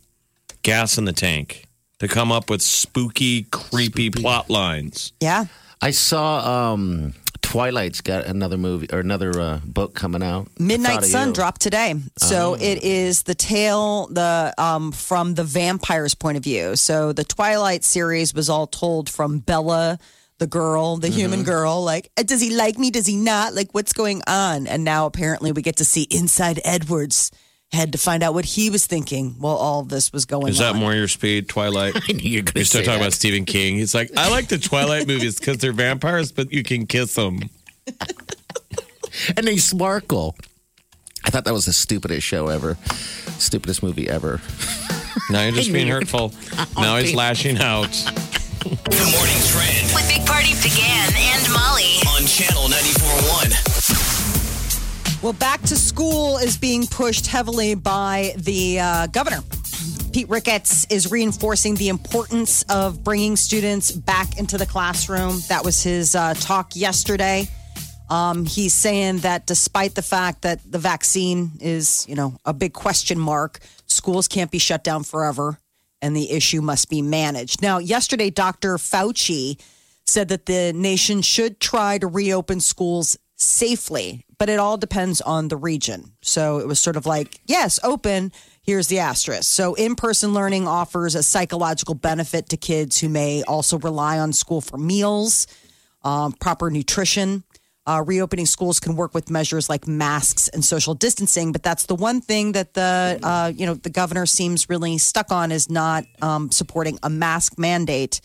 [SPEAKER 3] gas in the tank to come up with spooky, creepy plot lines.
[SPEAKER 4] Yeah.
[SPEAKER 2] I saw um Twilight's got another movie or another uh, book coming out. I
[SPEAKER 4] Midnight
[SPEAKER 2] thought of
[SPEAKER 4] Sun
[SPEAKER 2] you. Oh.
[SPEAKER 4] dropped today. So it is the tale the um, from the vampire's point of view. So the Twilight series was all told from Bella, the girl,
[SPEAKER 2] Mm-hmm.
[SPEAKER 4] the human girl. Like, "Uh, does he like me? Does he not? Like, what's going on? And now apparently we get to see inside Edward's head to find out what he was thinking while all this was going
[SPEAKER 3] Is that
[SPEAKER 4] on.
[SPEAKER 3] more your speed, Twilight? I knew you're
[SPEAKER 2] gonna
[SPEAKER 3] still
[SPEAKER 2] say
[SPEAKER 3] talking
[SPEAKER 2] that.
[SPEAKER 3] about Stephen King. He's like, I like the Twilight movies because they're vampires, but you can kiss them.
[SPEAKER 2] and they sparkle. I thought that was the stupidest show ever, stupidest movie ever.
[SPEAKER 3] Now you're just being hurtful. Now he's lashing out.
[SPEAKER 1] With Big Party began and Molly.
[SPEAKER 5] On Channel 94.1.
[SPEAKER 4] Well, back to school is being pushed heavily by the uh, governor. Pete Ricketts is reinforcing the importance of bringing students back into the classroom. That was his uh, talk yesterday. Um, he's saying that despite the fact that the vaccine is, you know, a big question mark, schools can't be shut down forever and the issue must be managed. Now, yesterday, Dr. Fauci said that the nation should try to reopen schools safely, but it all depends on the region. So it was sort of like, yes, open. Here's the asterisk. So, in person learning offers a psychological benefit to kids who may also rely on school for meals, um, proper nutrition. uh, reopening schools can work with measures like masks and social distancing. But that's the one thing that the uh, you know the governor seems really stuck on is not um, supporting a mask mandate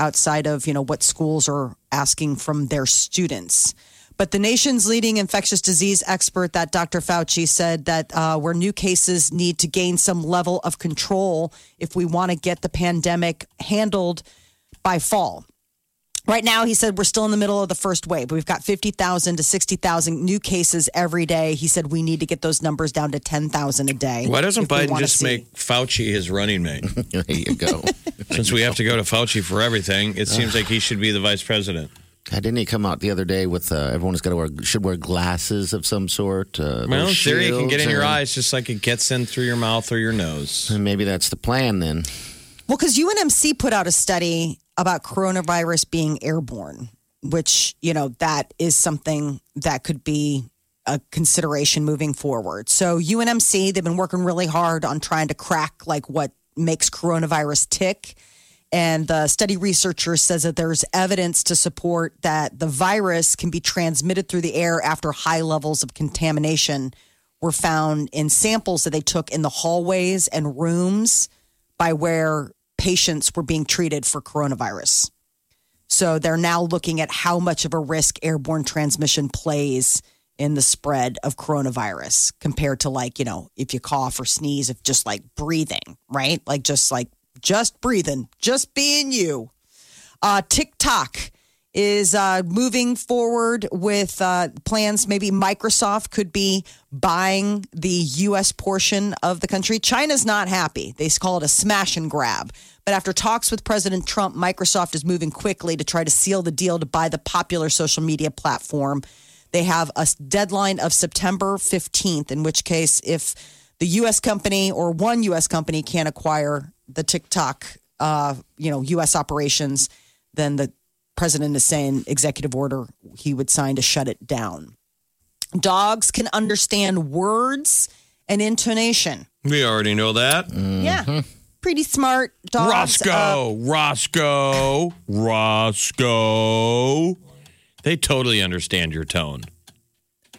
[SPEAKER 4] outside of you know what schools are asking from their students. But the nation's leading infectious disease expert, that Dr. Fauci, said that uh, where new cases need to gain some level of control if we want to get the pandemic handled by fall. Right now, he said we're still in the middle of the first wave. We've got 50,000 to 60,000 new cases every day. He said we need to get those numbers down to 10,000 a day.
[SPEAKER 3] Why doesn't
[SPEAKER 4] if we
[SPEAKER 3] Biden
[SPEAKER 4] wanna
[SPEAKER 3] just
[SPEAKER 4] see-
[SPEAKER 3] make Fauci his running mate?
[SPEAKER 2] there you go.
[SPEAKER 3] Since we have to go to Fauci for everything, it seems like he should be the vice president.
[SPEAKER 2] God, Uh, didn't he come out the other day with uh, everyone's got to wear should wear glasses of some sort? Uh,
[SPEAKER 3] Well,
[SPEAKER 2] or
[SPEAKER 3] in theory, it can get in
[SPEAKER 2] shields,
[SPEAKER 3] your
[SPEAKER 2] and-
[SPEAKER 3] eyes just like it gets in through your mouth or your nose.
[SPEAKER 2] And maybe that's the plan then.
[SPEAKER 4] Well, because UNMC put out a study about coronavirus being airborne, which, you know, that is something that could be a consideration moving forward. So, UNMC, they've been working really hard on trying to crack like what makes coronavirus tick. And the study researcher says that there's evidence to support that the virus can be transmitted through the air after high levels of contamination were found in samples that they took in the hallways and rooms by where patients were being treated for coronavirus. So they're now looking at how much of a risk airborne transmission plays in the spread of coronavirus compared to like, you know, if you cough or sneeze, if just like breathing, right? Like just like just breathing, just being you. Uh, TikTok is uh, moving forward with uh, plans. Maybe Microsoft could be buying the U.S. portion of the country. China's not happy. They call it a smash and grab. But after talks with President Trump, Microsoft is moving quickly to try to seal the deal to buy the popular social media platform. They have a s- deadline of September 15th, in which case, if the U.S. company or one U.S. company can't acquire the TikTok, uh, you know, U.S. operations, then the president is saying executive order he would sign to shut it down. Dogs can understand words and intonation.
[SPEAKER 3] We already know that.
[SPEAKER 4] Mm. Yeah, pretty smart dogs. uh,
[SPEAKER 3] Roscoe, Roscoe, Roscoe. They totally understand your tone.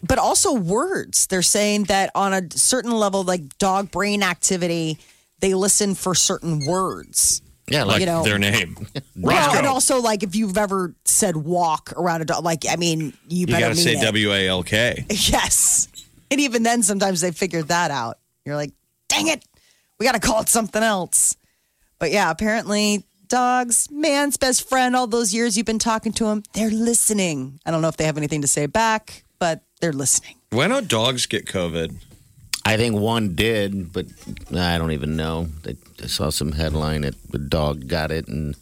[SPEAKER 4] but also words. They're saying that on a certain level, like dog brain activity, they listen for certain words.
[SPEAKER 3] like
[SPEAKER 4] you know,
[SPEAKER 3] their name.
[SPEAKER 4] Well,
[SPEAKER 3] Roscoe.
[SPEAKER 4] and also like if you've ever said walk around a dog, like I mean, you
[SPEAKER 3] you
[SPEAKER 4] better
[SPEAKER 3] got to
[SPEAKER 4] mean
[SPEAKER 3] say
[SPEAKER 4] it.
[SPEAKER 3] W A L K.
[SPEAKER 4] Yes, and even then, sometimes they figured that out. You're like, dang it, we got to call it something else. But yeah, apparently, dogs, man's best friend. All those years you've been talking to them, they're listening. I don't know if they have anything to say back, but they're listening.
[SPEAKER 3] Why don't dogs get COVID?
[SPEAKER 2] I think one did, but I don't even know. They, I saw some headline that the dog got it and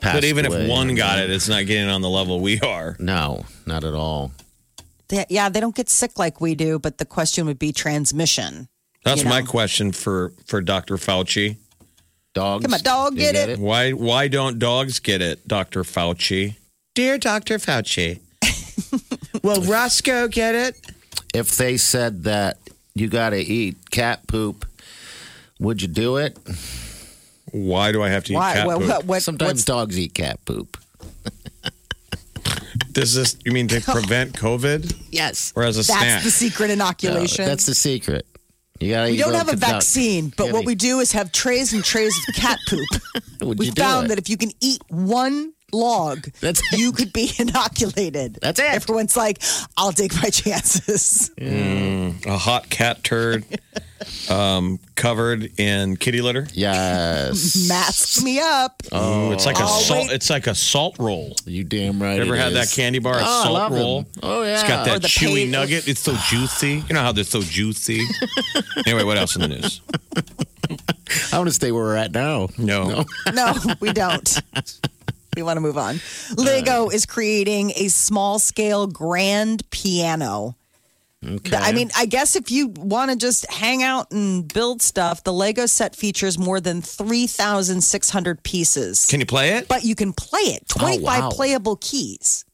[SPEAKER 2] passed
[SPEAKER 3] But even
[SPEAKER 2] away.
[SPEAKER 3] if one got it, it's not getting on the level we are.
[SPEAKER 2] No, not at all.
[SPEAKER 4] They, yeah, they don't get sick like we do, but the question would be transmission.
[SPEAKER 3] That's
[SPEAKER 4] you know?
[SPEAKER 3] my question for for Dr. Fauci.
[SPEAKER 2] Dogs.
[SPEAKER 4] Can my dog get it?
[SPEAKER 3] Why why don't dogs get it, Dr. Fauci? Dear Dr. Fauci. Will Roscoe get it?
[SPEAKER 2] If they said that you got to eat cat poop, would you do it?
[SPEAKER 3] Why do I have to eat
[SPEAKER 4] Why?
[SPEAKER 3] cat
[SPEAKER 4] What-
[SPEAKER 3] poop?
[SPEAKER 4] what- what-
[SPEAKER 2] Sometimes
[SPEAKER 4] what's-
[SPEAKER 2] dogs eat cat poop.
[SPEAKER 3] Does this you mean to prevent COVID
[SPEAKER 2] Yes.
[SPEAKER 3] or as a
[SPEAKER 4] That's
[SPEAKER 3] snack?
[SPEAKER 4] the secret inoculation.
[SPEAKER 2] Uh, That's the secret. You gotta
[SPEAKER 4] we
[SPEAKER 2] eat
[SPEAKER 4] don't
[SPEAKER 2] little
[SPEAKER 4] have a
[SPEAKER 2] cat-
[SPEAKER 4] vaccine, but what we do is have trays and trays of cat poop.
[SPEAKER 2] Would
[SPEAKER 4] we
[SPEAKER 2] you do
[SPEAKER 4] found
[SPEAKER 2] it?
[SPEAKER 4] that if you can eat one log,
[SPEAKER 2] That's it.
[SPEAKER 4] you could be inoculated.
[SPEAKER 2] That's it.
[SPEAKER 4] Everyone's like, I'll take my chances.
[SPEAKER 3] a hot cat turd um, covered in kitty litter.
[SPEAKER 2] Yes.
[SPEAKER 4] Mask me up.
[SPEAKER 3] Ooh, it's like a
[SPEAKER 4] Oh,
[SPEAKER 3] salt.
[SPEAKER 4] wait.
[SPEAKER 3] It's like a salt roll.
[SPEAKER 2] You damn right.
[SPEAKER 3] Ever
[SPEAKER 2] it
[SPEAKER 3] had that
[SPEAKER 2] is.
[SPEAKER 3] candy bar? A
[SPEAKER 2] Oh, I
[SPEAKER 3] salt
[SPEAKER 2] love 'em.
[SPEAKER 3] roll.
[SPEAKER 2] Oh, yeah.
[SPEAKER 3] It's got
[SPEAKER 4] Or
[SPEAKER 3] that
[SPEAKER 4] the
[SPEAKER 3] chewy
[SPEAKER 4] pay-
[SPEAKER 3] nugget. It's so juicy. You know how they're so juicy. anyway, what else in the news?
[SPEAKER 2] I want to stay where we're at now.
[SPEAKER 3] No.
[SPEAKER 4] No, we don't. We want to move on. Lego is creating a small scale grand piano.
[SPEAKER 2] Okay.
[SPEAKER 4] I mean, I guess if you want to just hang out and build stuff, the Lego set features more than 3,600 pieces.
[SPEAKER 3] Can you play it?
[SPEAKER 4] but you can play it 25
[SPEAKER 2] Oh, wow.
[SPEAKER 4] playable keys.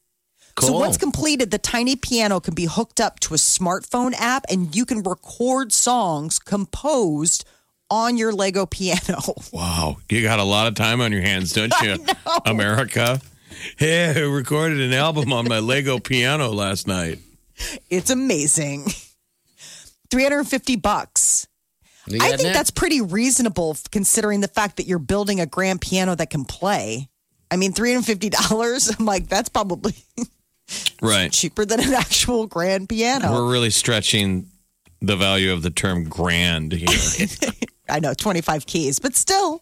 [SPEAKER 2] cool.
[SPEAKER 4] So once completed, the tiny piano can be hooked up to a smartphone app and you can record songs composed on your Lego piano.
[SPEAKER 3] Wow, you got a lot of time on your hands, don't you, America? hey, I recorded an album on my Lego piano last night.
[SPEAKER 4] It's amazing. 350 bucks.
[SPEAKER 3] You
[SPEAKER 4] I
[SPEAKER 3] got
[SPEAKER 4] think
[SPEAKER 3] that?
[SPEAKER 4] that's pretty reasonable f- considering the fact that you're building a grand piano that can play. I mean, $350, I'm like, that's probably
[SPEAKER 3] Right.
[SPEAKER 4] cheaper than an actual grand piano.
[SPEAKER 3] We're really stretching the value of the term grand here.
[SPEAKER 4] I know, 25 keys, but still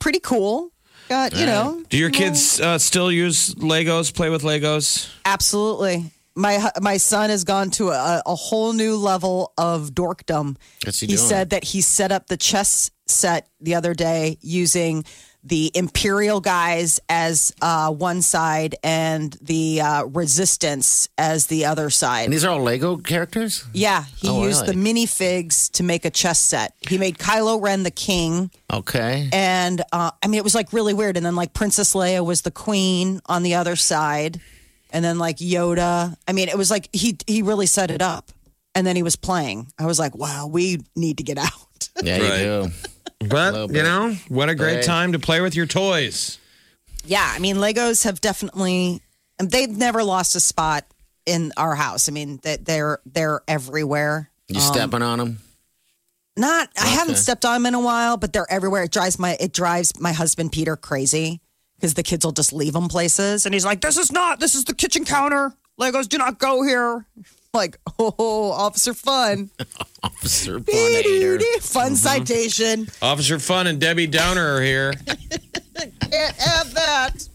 [SPEAKER 4] pretty cool. Got, you know,
[SPEAKER 3] Do your kids uh, still use Legos, play with Legos?
[SPEAKER 4] Absolutely. My hu- my son has gone to a, a whole new level of dorkdom.
[SPEAKER 2] What's he doing?
[SPEAKER 4] said that he set up the chess set the other day using the Imperial guys as uh, one side and the uh, Resistance as the other side.
[SPEAKER 2] And these are all Lego characters?
[SPEAKER 4] yeah, he
[SPEAKER 2] Oh,
[SPEAKER 4] used the
[SPEAKER 2] really?
[SPEAKER 4] minifigs to make a chess set. He made Kylo Ren the king.
[SPEAKER 2] Okay.
[SPEAKER 4] And uh, I mean, it was like really weird. And then like Princess Leia was the queen on the other side, and then like Yoda. I mean, it was like he he really set it up. And then he was playing. I was like, wow, we need to get out.
[SPEAKER 2] Yeah, you
[SPEAKER 3] do. But, you
[SPEAKER 2] bit.
[SPEAKER 3] know, what a great
[SPEAKER 2] Right.
[SPEAKER 3] time to play with your toys.
[SPEAKER 4] Yeah, I mean, Legos have definitely they've never lost a spot in our house. I mean, that they're they're everywhere.
[SPEAKER 2] You
[SPEAKER 4] Um,
[SPEAKER 2] stepping on them?
[SPEAKER 4] Not, I haven't
[SPEAKER 2] Okay.
[SPEAKER 4] stepped on them in a while, but they're everywhere. It drives my it drives my husband Peter crazy because the kids will just leave them places, and he's like, "This is not. This is the kitchen counter. Legos do not go here." Like, oh, officer fun,
[SPEAKER 2] Officer
[SPEAKER 4] Dee-doo-dee. fun
[SPEAKER 2] Mm-hmm.
[SPEAKER 4] citation.
[SPEAKER 3] Officer Fun and Debbie Downer are here.
[SPEAKER 4] Can't have that.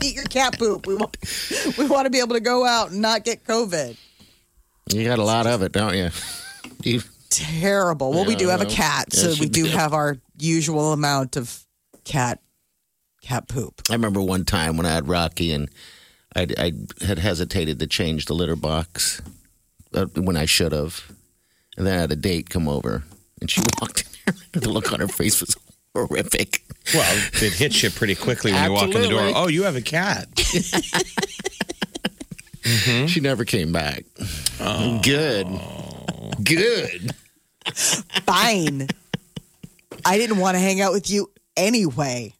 [SPEAKER 4] Eat your cat poop. We want we want to be able to go out and not get COVID.
[SPEAKER 2] You got a lot of it, don't you? you
[SPEAKER 4] Terrible. Well, we do have a
[SPEAKER 2] Yeah,
[SPEAKER 4] cat,
[SPEAKER 2] yeah,
[SPEAKER 4] so
[SPEAKER 2] she
[SPEAKER 4] we do
[SPEAKER 2] did.
[SPEAKER 4] have our usual amount of cat cat poop.
[SPEAKER 2] I remember one time when I had Rocky and I, I had hesitated to change the litter box uh, when I should have. And then I had a date come over and she walked in there. The look on her face was horrific.
[SPEAKER 3] Well, it hits you pretty quickly when you walk in the
[SPEAKER 2] Absolutely.
[SPEAKER 3] door. Oh, you have a cat.
[SPEAKER 2] She never came back. Oh. Good. Good.
[SPEAKER 4] fine. I didn't want to hang out with you anyway.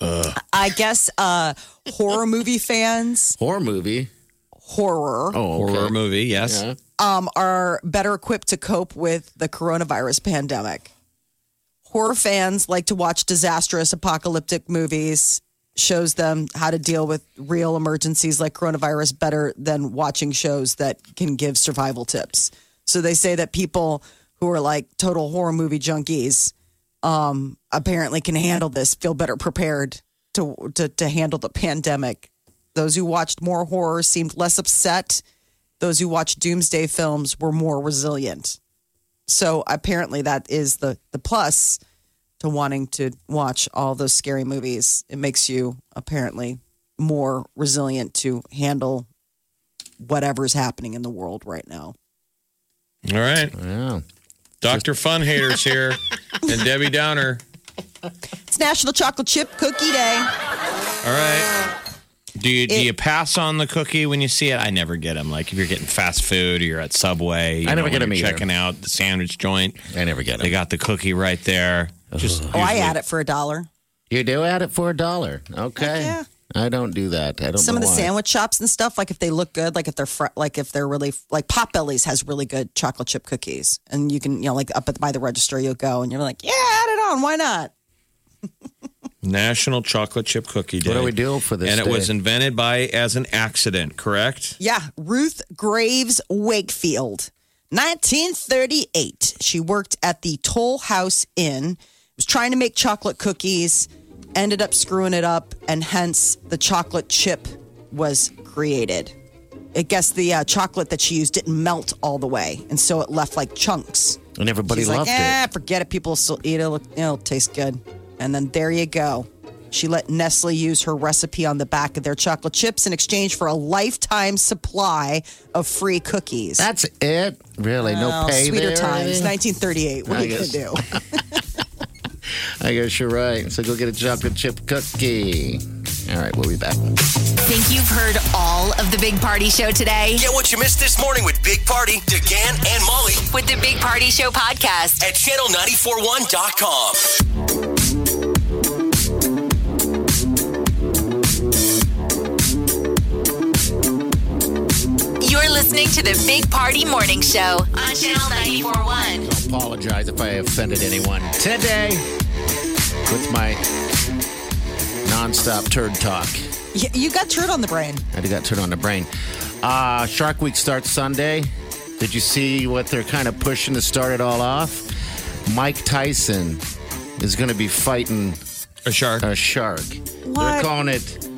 [SPEAKER 4] I guess uh, horror movie fans,
[SPEAKER 2] Horror movie.
[SPEAKER 4] horror,
[SPEAKER 2] Oh, okay.
[SPEAKER 3] Horror movie, yes.
[SPEAKER 2] Yeah.
[SPEAKER 4] um, are better equipped to cope with the coronavirus pandemic. Horror fans like to watch disastrous apocalyptic movies, shows them how to deal with real emergencies like coronavirus better than watching shows that can give survival tips. So they say that people who are like total horror movie junkies um, apparently can handle this, feel better prepared to, to, to handle the pandemic. Those who watched more horror seemed less upset those who watch doomsday films were more resilient. So apparently that is the the plus to wanting to watch all those scary movies. It makes you apparently more resilient to handle whatever's happening in the world right now.
[SPEAKER 3] All right.
[SPEAKER 2] Yeah.
[SPEAKER 3] Dr. Fun Haters here and Debbie Downer.
[SPEAKER 4] It's National Chocolate Chip Cookie Day. Oh,
[SPEAKER 3] All right. Do you, do you pass on the cookie when you see it? I never get them. Like if you're getting fast food or you're at Subway, you
[SPEAKER 2] I never
[SPEAKER 3] know,
[SPEAKER 2] get
[SPEAKER 3] when
[SPEAKER 2] 'em
[SPEAKER 3] you're
[SPEAKER 2] either.
[SPEAKER 3] Checking out the sandwich joint,
[SPEAKER 2] I never get
[SPEAKER 3] they
[SPEAKER 2] it.
[SPEAKER 3] got the cookie right there. Just
[SPEAKER 4] Oh, I
[SPEAKER 3] usually-
[SPEAKER 4] add it for a dollar.
[SPEAKER 2] You do add it for a dollar. Okay.
[SPEAKER 4] Heck
[SPEAKER 2] I don't do that. I don't
[SPEAKER 4] Some
[SPEAKER 2] know
[SPEAKER 4] of the
[SPEAKER 2] why.
[SPEAKER 4] sandwich shops and stuff, like if they look good, like if they're fr- like if they're really like Potbelly's has really good chocolate chip cookies, and you can you know like up at, by the register you'll go and you're like, yeah, add it on, why not?
[SPEAKER 3] National Chocolate Chip Cookie Day.
[SPEAKER 2] What do we do for this?
[SPEAKER 3] and it
[SPEAKER 2] day?
[SPEAKER 3] was invented by as an accident, correct?
[SPEAKER 4] Yeah, Ruth Graves Wakefield, 1938. She worked at the Toll House Inn, was trying to make chocolate cookies, ended up screwing it up, and hence the chocolate chip was created. I guess the uh, chocolate that she used didn't melt all the way, and so it left like chunks.
[SPEAKER 2] and everybody
[SPEAKER 4] She's
[SPEAKER 2] loved
[SPEAKER 4] like, eh, forget it. People will still eat it. It'll, it'll taste good. And then there you go. She let Nestle use her recipe on the back of their chocolate chips in exchange for a lifetime supply of free cookies.
[SPEAKER 2] it. That's it. Really,
[SPEAKER 4] Well,
[SPEAKER 2] no pay
[SPEAKER 4] sweeter
[SPEAKER 2] there.
[SPEAKER 4] times, 1938. What
[SPEAKER 2] I
[SPEAKER 4] are you
[SPEAKER 2] guess.
[SPEAKER 4] gonna do?
[SPEAKER 2] I guess you're right. So go get a chocolate chip cookie. All right, we'll be back.
[SPEAKER 1] Think you've heard all of the Big Party Show today?
[SPEAKER 5] Get what you missed this morning with Big Party, DeGan, and Molly
[SPEAKER 1] With the Big Party Show podcast.
[SPEAKER 5] at channel941.com.
[SPEAKER 1] listening to the Big Party Morning Show on Channel 941.
[SPEAKER 2] I apologize if I offended anyone today with my nonstop turd talk.
[SPEAKER 4] Y- You got turd on the brain.
[SPEAKER 2] I got turned on the brain. Uh, Shark Week starts Sunday. Did you see what they're kind of pushing to start it all off? Mike Tyson is going to be fighting
[SPEAKER 3] a shark.
[SPEAKER 2] A shark. They're calling it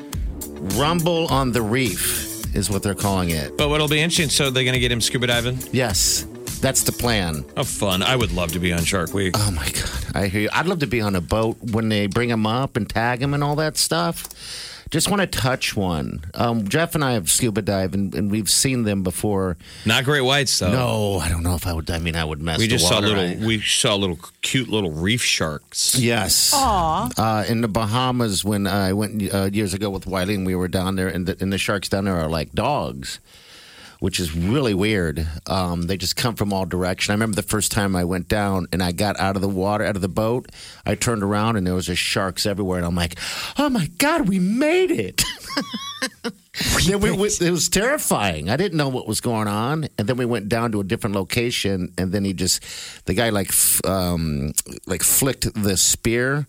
[SPEAKER 2] Rumble on the Reef, is what they're calling it.
[SPEAKER 3] But what'll be interesting, so they're going to get him scuba diving?
[SPEAKER 2] Yes, that's the plan.
[SPEAKER 3] Oh, fun. I would love to be on Shark Week.
[SPEAKER 2] Oh, my God. I hear you. I'd love to be on a boat when they bring them up and tag them and all that stuff. Just want to touch one. Um, Jeff and I have scuba dive, and, and we've seen them before.
[SPEAKER 3] Not great whites, though.
[SPEAKER 2] No, I don't know if I would. I mean, I would mess.
[SPEAKER 3] Oh. We
[SPEAKER 2] the
[SPEAKER 3] just saw
[SPEAKER 2] water,
[SPEAKER 3] little,
[SPEAKER 2] I-
[SPEAKER 3] we saw little cute little reef sharks.
[SPEAKER 2] Yes. Uh, in the Bahamas, when I went uh, years ago with Wiley, and we were down there, and the, and the sharks down there are like dogs, which is really weird. Um, they just come from all direction. I remember the first time I went down, and I got out of the water, out of the boat. I turned around, and there was just sharks everywhere, and I'm like, "Oh my god, we made it!" Yeah, we, we, it was terrifying. I didn't know what was going on, and then we went down to a different location, and then he just, the guy like, f- um, like flicked the spear,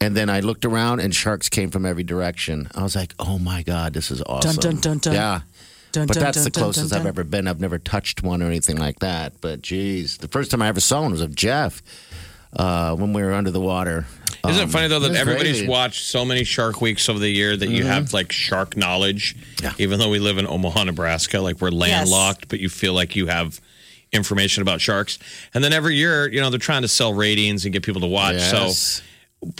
[SPEAKER 2] and then I looked around, and sharks came from every direction. I was like, oh my god, this is awesome.
[SPEAKER 4] dun, dun, dun.
[SPEAKER 2] Yeah.
[SPEAKER 4] Dun,
[SPEAKER 2] but
[SPEAKER 4] dun,
[SPEAKER 2] that's
[SPEAKER 4] dun,
[SPEAKER 2] the
[SPEAKER 4] dun,
[SPEAKER 2] closest
[SPEAKER 4] dun,
[SPEAKER 2] I've
[SPEAKER 4] dun.
[SPEAKER 2] ever been. I've never touched one or anything like that. But geez, the first time I ever saw one was of Jeff uh, when we were under the water.
[SPEAKER 3] Isn't
[SPEAKER 2] Um,
[SPEAKER 3] it funny though that
[SPEAKER 2] was
[SPEAKER 3] everybody's
[SPEAKER 2] crazy. Mm-hmm.
[SPEAKER 3] watched so many Shark Weeks over the year that you have like shark knowledge? Even though we live in Omaha, Nebraska, like we're
[SPEAKER 4] Yes.
[SPEAKER 3] landlocked, but you feel like you have information about sharks. And then every year, you know, they're trying to sell ratings and get people to watch.
[SPEAKER 2] Oh, Yes.
[SPEAKER 3] So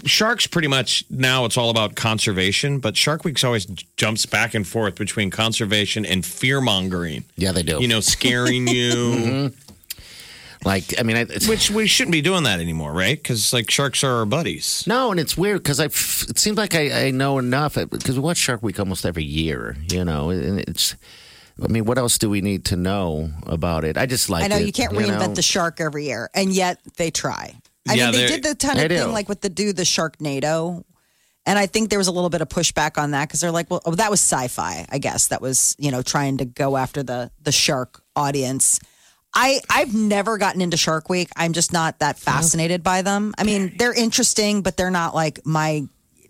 [SPEAKER 3] sharks pretty much now it's all about conservation, but Shark Week's always j- jumps back and forth between conservation and fear mongering.
[SPEAKER 2] Yeah, they do. Mm-hmm.
[SPEAKER 3] You know, scaring you.
[SPEAKER 2] Like, I mean, I, it's,
[SPEAKER 3] Which we shouldn't be doing that anymore, right? Because like sharks are our buddies.
[SPEAKER 2] No, and it's weird because I. f- It seems like I, I know enough because we watch Shark Week almost every year. You know, and it's. I mean, what else do we need to know about it? I just like.
[SPEAKER 4] I know
[SPEAKER 2] it,
[SPEAKER 4] you can't reinvent the shark every year, and yet they try. I
[SPEAKER 2] Yeah,
[SPEAKER 4] mean, they
[SPEAKER 2] they-
[SPEAKER 4] did the kind
[SPEAKER 2] they
[SPEAKER 4] of thing
[SPEAKER 2] do.
[SPEAKER 4] like with the do the Sharknado, and I think there was a little bit of pushback on that because they're like, well, oh, that was sci-fi, I guess. That was you know trying to go after the the shark audience. I I've never gotten into Shark Week. I'm just not that fascinated by them. I mean, they're interesting, but they're not like my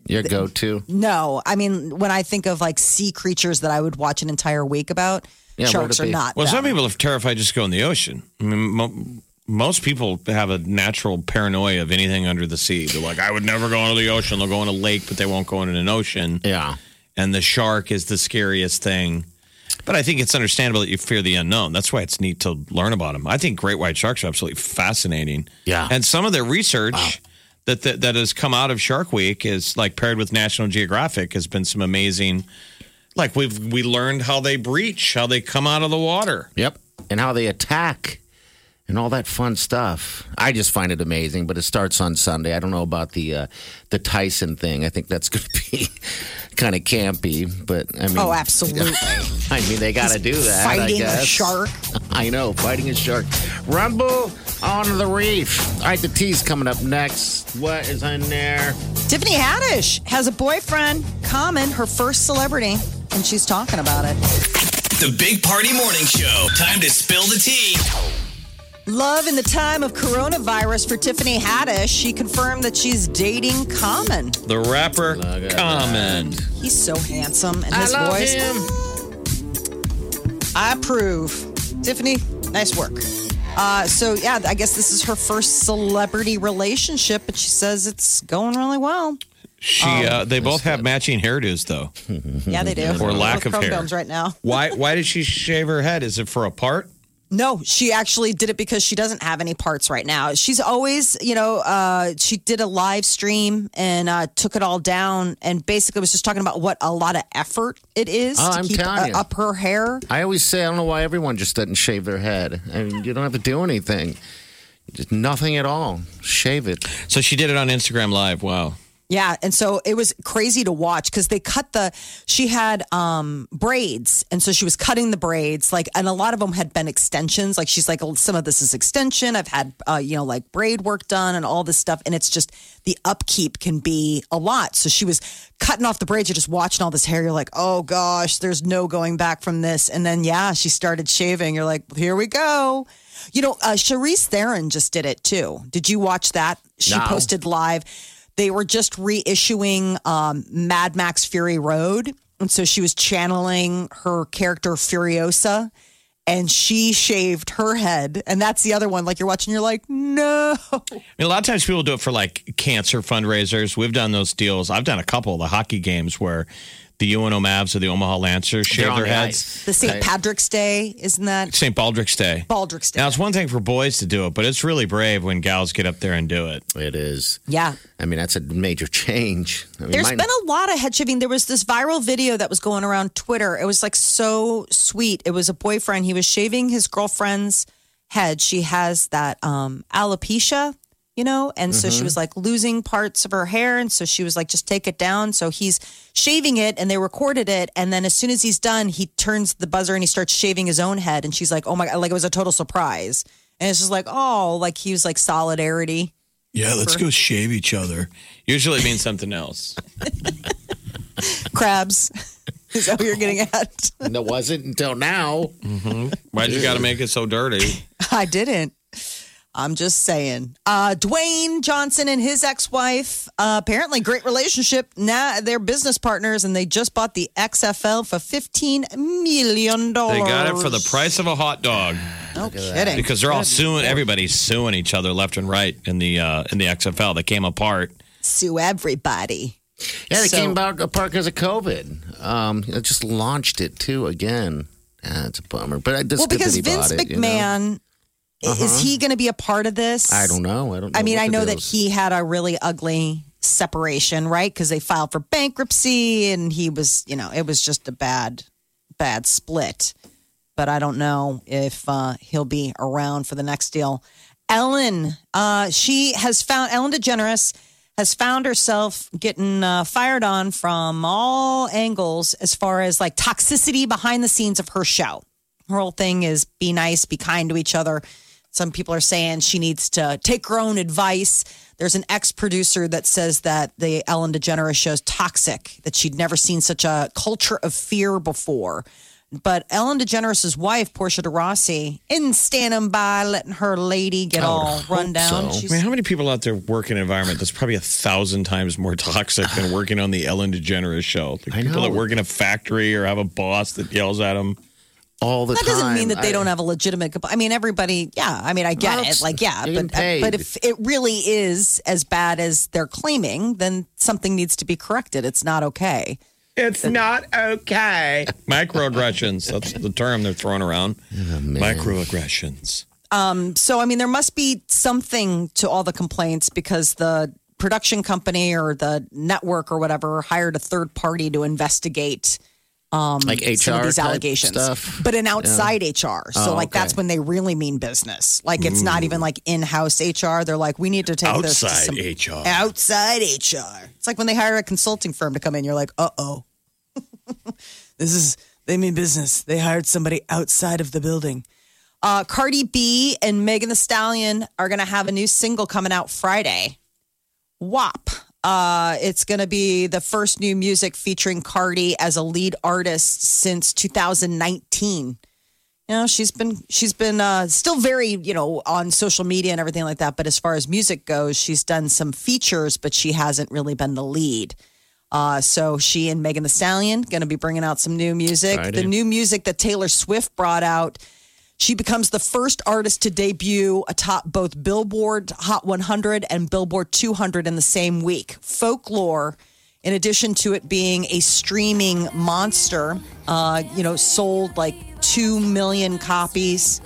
[SPEAKER 2] Your go-to.
[SPEAKER 4] no. I mean, when I think of like sea creatures that I would watch an entire week about, sharks are not.
[SPEAKER 3] Well,
[SPEAKER 4] them.
[SPEAKER 3] some people are terrified just to go in the ocean. I mean, mo- most people have a natural paranoia of anything under the sea. They're like, I would never go into the ocean. They'll go in a lake, but they won't go in an ocean.
[SPEAKER 2] Yeah.
[SPEAKER 3] And the shark is the scariest thing. But I think it's understandable that you fear the unknown. That's why it's neat to learn about them. I think great white sharks are absolutely fascinating.
[SPEAKER 2] Yeah.
[SPEAKER 3] And some of the research that, that that has come out of Shark Week is like paired with National Geographic has been some amazing. Like we've we learned how they breach, how they come out of the water.
[SPEAKER 2] Yep, and how they attack, and all that fun stuff. I just find it amazing. But it starts on Sunday. I don't know about the uh, the Tyson thing. I think that's going to be kind of campy. But I mean,
[SPEAKER 4] Oh, absolutely.
[SPEAKER 2] I mean, they got to do that. I
[SPEAKER 4] Fighting a
[SPEAKER 2] guess.
[SPEAKER 4] shark.
[SPEAKER 2] I know, fighting a shark. Rumble on the reef. All right, the tea's coming up next. What is on there?
[SPEAKER 4] Tiffany Haddish has a boyfriend, Common, her first celebrity, and she's talking about it.
[SPEAKER 5] The Big Party Morning Show. Time to spill the tea.
[SPEAKER 4] Love in the time of coronavirus for Tiffany Haddish. She confirmed that she's dating Common.
[SPEAKER 3] The rapper Common.
[SPEAKER 4] He's so handsome and
[SPEAKER 2] I
[SPEAKER 4] his
[SPEAKER 2] love
[SPEAKER 4] voice.
[SPEAKER 2] him.
[SPEAKER 4] I approve. Tiffany, nice work. Uh, so yeah, I guess this is her first celebrity relationship, but she says it's going really well.
[SPEAKER 3] She uh, they both have matching hairdos though.
[SPEAKER 4] Yeah, they do.
[SPEAKER 3] Or lack
[SPEAKER 4] With
[SPEAKER 3] of hair.
[SPEAKER 4] chromosomes right now.
[SPEAKER 3] Why why did she shave her head? Is it for a part?
[SPEAKER 4] No, she actually did it because she doesn't have any parts right now. She's always, you know, uh, she did a live stream and uh, took it all down, and basically was just talking about what a lot of effort it is
[SPEAKER 2] Oh,
[SPEAKER 4] to
[SPEAKER 2] I'm
[SPEAKER 4] keep
[SPEAKER 2] telling
[SPEAKER 4] uh,
[SPEAKER 2] you.
[SPEAKER 4] up her hair.
[SPEAKER 2] I always say I don't know why everyone just doesn't shave their head. I mean, you don't have to do anything. Just nothing at all. Shave it.
[SPEAKER 3] So she did it on Instagram Live. Wow.
[SPEAKER 4] Yeah, and so it was crazy to watch because they cut the. She had um, braids, and so she was cutting the braids like, and a lot of them had been extensions. Like she's like, oh, some of this is extension. I've had uh, you know like braid work done and all this stuff, and it's just the upkeep can be a lot. So she was cutting off the braids. You're just watching all this hair. You're like, oh gosh, there's no going back from this. And then yeah, she started shaving. You're like, here we go. You know, uh, Charisse Theron just did it too. Did you watch that? She
[SPEAKER 2] No.
[SPEAKER 4] posted live. They were just reissuing um, Mad Max Fury Road. And so she was channeling her character Furiosa and she shaved her head. And that's the other one. Like you're watching, you're like, no.
[SPEAKER 3] I mean, a lot of times people do it for like cancer fundraisers. We've done those deals. I've done a couple of the hockey games where the UNO Mavs or the Omaha Lancers shave
[SPEAKER 4] Oh, They're on
[SPEAKER 3] their
[SPEAKER 4] the
[SPEAKER 3] heads.
[SPEAKER 4] The St. Patrick's Day, isn't that?
[SPEAKER 3] St. Baldrick's Day.
[SPEAKER 4] Baldrick's Day.
[SPEAKER 3] Now, it's one thing for boys to do it, but it's really brave when gals get up there and do it.
[SPEAKER 2] It is.
[SPEAKER 4] Yeah.
[SPEAKER 2] I mean, that's a major change. I mean,
[SPEAKER 4] There's
[SPEAKER 2] mine-
[SPEAKER 4] been a lot of head shaving. There was this viral video that was going around Twitter. It was like so sweet. It was a boyfriend. He was shaving his girlfriend's head. She has that um, alopecia, you know, and so she
[SPEAKER 2] Mm-hmm.
[SPEAKER 9] Mhm.
[SPEAKER 4] was like losing parts of her hair. And so she was like, just take it down. So he's shaving it and they recorded it. And then as soon as he's done, he turns the buzzer and he starts shaving his own head. And she's like, oh my God, like it was a total surprise. And it's just like, oh, like he was like solidarity.
[SPEAKER 10] Yeah, let's go shave each other.
[SPEAKER 3] Usually it means something else.
[SPEAKER 4] Crabs. Is that what you're getting at?
[SPEAKER 2] no, wasn't until now.
[SPEAKER 3] hmm Why'd you got to make it so dirty?
[SPEAKER 4] I didn't. I'm just saying. Uh, Dwayne Johnson and his ex-wife uh, apparently great relationship. Now they're business partners, and they just bought the XFL for fifteen million dollars.
[SPEAKER 3] They got it for the price of a hot dog.
[SPEAKER 4] No kidding.
[SPEAKER 3] Because they're all suing. Everybody's suing each other left and right in the uh, in the XFL. They came apart.
[SPEAKER 4] sue everybody.
[SPEAKER 2] Yeah, they
[SPEAKER 4] So-
[SPEAKER 2] came about apart because of COVID. Um, it just launched it too again. Ah, it's a bummer, but I just
[SPEAKER 4] well,
[SPEAKER 2] good
[SPEAKER 4] because
[SPEAKER 2] that he bought
[SPEAKER 4] Vince
[SPEAKER 2] it, you know?
[SPEAKER 4] McMahon i- is
[SPEAKER 2] Uh-huh.
[SPEAKER 4] he going to be a part of this?
[SPEAKER 2] I don't know. I don't. Know
[SPEAKER 4] I mean,
[SPEAKER 2] what
[SPEAKER 4] I
[SPEAKER 2] the
[SPEAKER 4] know that
[SPEAKER 2] deal is.
[SPEAKER 4] he had a really ugly separation, right? Because they filed for bankruptcy and he was, you know, it was just a bad, bad split. But I don't know if uh, he'll be around for the next deal. Ellen, uh, she has found, Ellen DeGeneres has found herself getting uh, fired on from all angles as far as like toxicity behind the scenes of her show. Her whole thing is be nice, be kind to each other. Some people are saying she needs to take her own advice. There's an ex producer that says that the Ellen DeGeneres show is toxic, that she'd never seen such a culture of fear before. But Ellen DeGeneres' wife, Portia de Rossi, isn't standing by letting her lady get all run down.
[SPEAKER 3] I mean, how many people out there work in an environment that's probably a thousand times more toxic than working on the Ellen DeGeneres show? Like people that work in a factory or have a boss that yells at them
[SPEAKER 2] all
[SPEAKER 4] that doesn't mean that they don't have a legitimate. comp- I mean, everybody. Yeah, I mean, I get
[SPEAKER 2] Well,
[SPEAKER 4] it.
[SPEAKER 2] it's-
[SPEAKER 4] Like, yeah,
[SPEAKER 2] they're
[SPEAKER 4] but
[SPEAKER 2] getting
[SPEAKER 4] but
[SPEAKER 2] paid.
[SPEAKER 4] if it really is as bad as they're claiming, then something needs to be corrected. It's not okay.
[SPEAKER 3] It's not okay. microaggressions. That's the term they're throwing around. microaggressions.
[SPEAKER 4] Um, so, I mean, there must be something to all the complaints because the production company or the network or whatever hired a third party to investigate um,
[SPEAKER 2] Like
[SPEAKER 4] some of
[SPEAKER 2] HR
[SPEAKER 4] these
[SPEAKER 2] type
[SPEAKER 4] allegations,
[SPEAKER 2] stuff?
[SPEAKER 4] but an
[SPEAKER 2] Yeah.
[SPEAKER 4] outside HR. So,
[SPEAKER 2] Oh,
[SPEAKER 4] like, that's
[SPEAKER 2] okay.
[SPEAKER 4] when they really mean business. Like, it's not even like in house HR. They're like, we need to take this to
[SPEAKER 10] Outside
[SPEAKER 4] some-
[SPEAKER 10] HR.
[SPEAKER 4] Outside HR. It's like when they hire a consulting firm to come in. You're like, uh oh, this is they mean business. They hired somebody outside of the building. Uh, Cardi B and Megan the Stallion are going to have a new single coming out Friday. WAP. Uh, it's going to be the first new music featuring Cardi as a lead artist since 2019. You know, she's been she's been uh, still very you know on social media and everything like that. But as far as music goes, she's done some features, but she hasn't really been the lead. Uh, so she and Megan the Stallion going to be bringing out some new music.
[SPEAKER 9] Friday.
[SPEAKER 4] The new music that Taylor Swift brought out. She becomes the first artist to debut atop both Billboard Hot 100 and Billboard 200 in the same week. Folklore, in addition to it being a streaming monster, uh, you know, sold like 2 million copies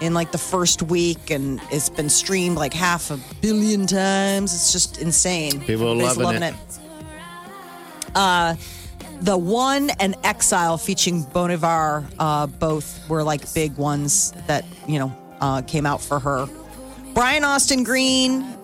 [SPEAKER 4] in like the first week and it's been streamed like half a billion times. It's just insane.
[SPEAKER 2] People are
[SPEAKER 4] Everybody's
[SPEAKER 2] loving it.
[SPEAKER 4] Uh, the One and Exile featuring Bonivar, uh, both were like big ones that, you know, uh, came out for her. Brian Austin Green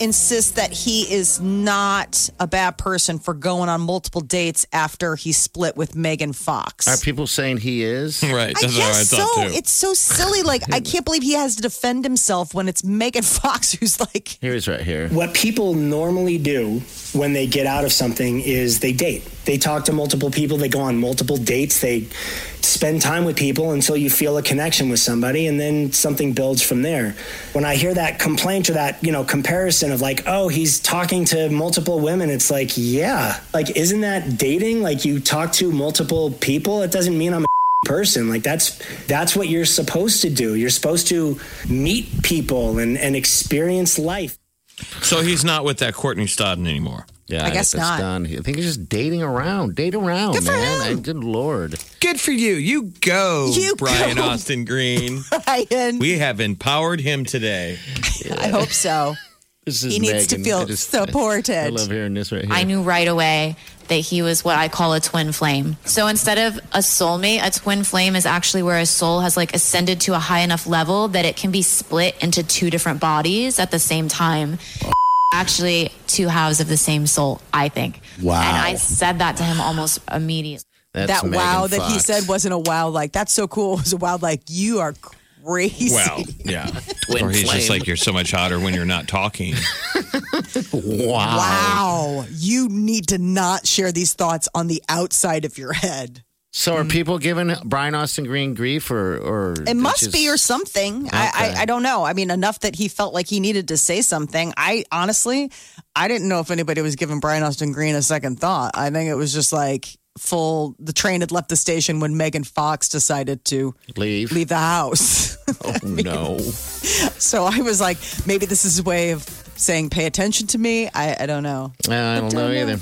[SPEAKER 4] insists that he is not a bad person for going on multiple dates after he split with Megan Fox.
[SPEAKER 2] Are people saying he is?
[SPEAKER 3] Right.
[SPEAKER 4] I guess so. It's so silly. Like I can't believe he has to defend himself when it's Megan Fox who's like,
[SPEAKER 2] Here he's right here.
[SPEAKER 9] What people normally do when they get out of something is they date. They talk to multiple people, they go on multiple dates, they spend time with people until you feel a connection with somebody and then something builds from there. When I hear that complaint or that, you know, comparison of like, "Oh, he's talking to multiple women." It's like, "Yeah. Like isn't that dating? Like you talk to multiple people? It doesn't mean I'm a person like that's that's what you're supposed to do you're supposed to meet people and and experience life
[SPEAKER 3] So he's not with that Courtney Stodden anymore.
[SPEAKER 2] Yeah,
[SPEAKER 9] I guess
[SPEAKER 2] think it's
[SPEAKER 9] not.
[SPEAKER 2] Done. I think he's just dating around. Date around,
[SPEAKER 3] Good for
[SPEAKER 2] man.
[SPEAKER 3] him.
[SPEAKER 2] I- good lord.
[SPEAKER 3] Good for you. You go,
[SPEAKER 4] You
[SPEAKER 3] Brian
[SPEAKER 4] go.
[SPEAKER 3] Austin Green.
[SPEAKER 4] Brian.
[SPEAKER 3] We have empowered him today.
[SPEAKER 4] I hope so.
[SPEAKER 2] This
[SPEAKER 4] He needs to feel supported.
[SPEAKER 2] I love hearing this right here.
[SPEAKER 11] I knew right away that he was what I call a twin flame. So instead of a soulmate, a twin flame is actually where a soul has like ascended to a high enough level that it can be split into two different bodies at the same time. Actually, two halves of the same soul, I think.
[SPEAKER 4] Wow.
[SPEAKER 11] And I said that to him almost immediately.
[SPEAKER 4] that wow that he said wasn't a wow like that's so cool. It was a wow like you are crazy.
[SPEAKER 3] Wow. Yeah.
[SPEAKER 4] Twin
[SPEAKER 3] or he's
[SPEAKER 4] flame.
[SPEAKER 3] just like, you're so much hotter when you're not talking.
[SPEAKER 2] wow.
[SPEAKER 4] Wow. You need to not share these thoughts on the outside of your head.
[SPEAKER 2] So are people giving Brian Austin Green grief or or
[SPEAKER 4] It must
[SPEAKER 2] just-
[SPEAKER 4] be or something. I,
[SPEAKER 2] Okay.
[SPEAKER 4] I I don't know. I mean, enough that he felt like he needed to say something. I honestly, I didn't know if anybody was giving Brian Austin Green a second thought. I think it was just like full. The train had left the station when Megan Fox decided to
[SPEAKER 2] leave
[SPEAKER 4] leave the house.
[SPEAKER 2] Oh no.
[SPEAKER 4] so I was like, maybe this is a way of saying pay attention to me. I, I don't know.
[SPEAKER 2] I don't know either.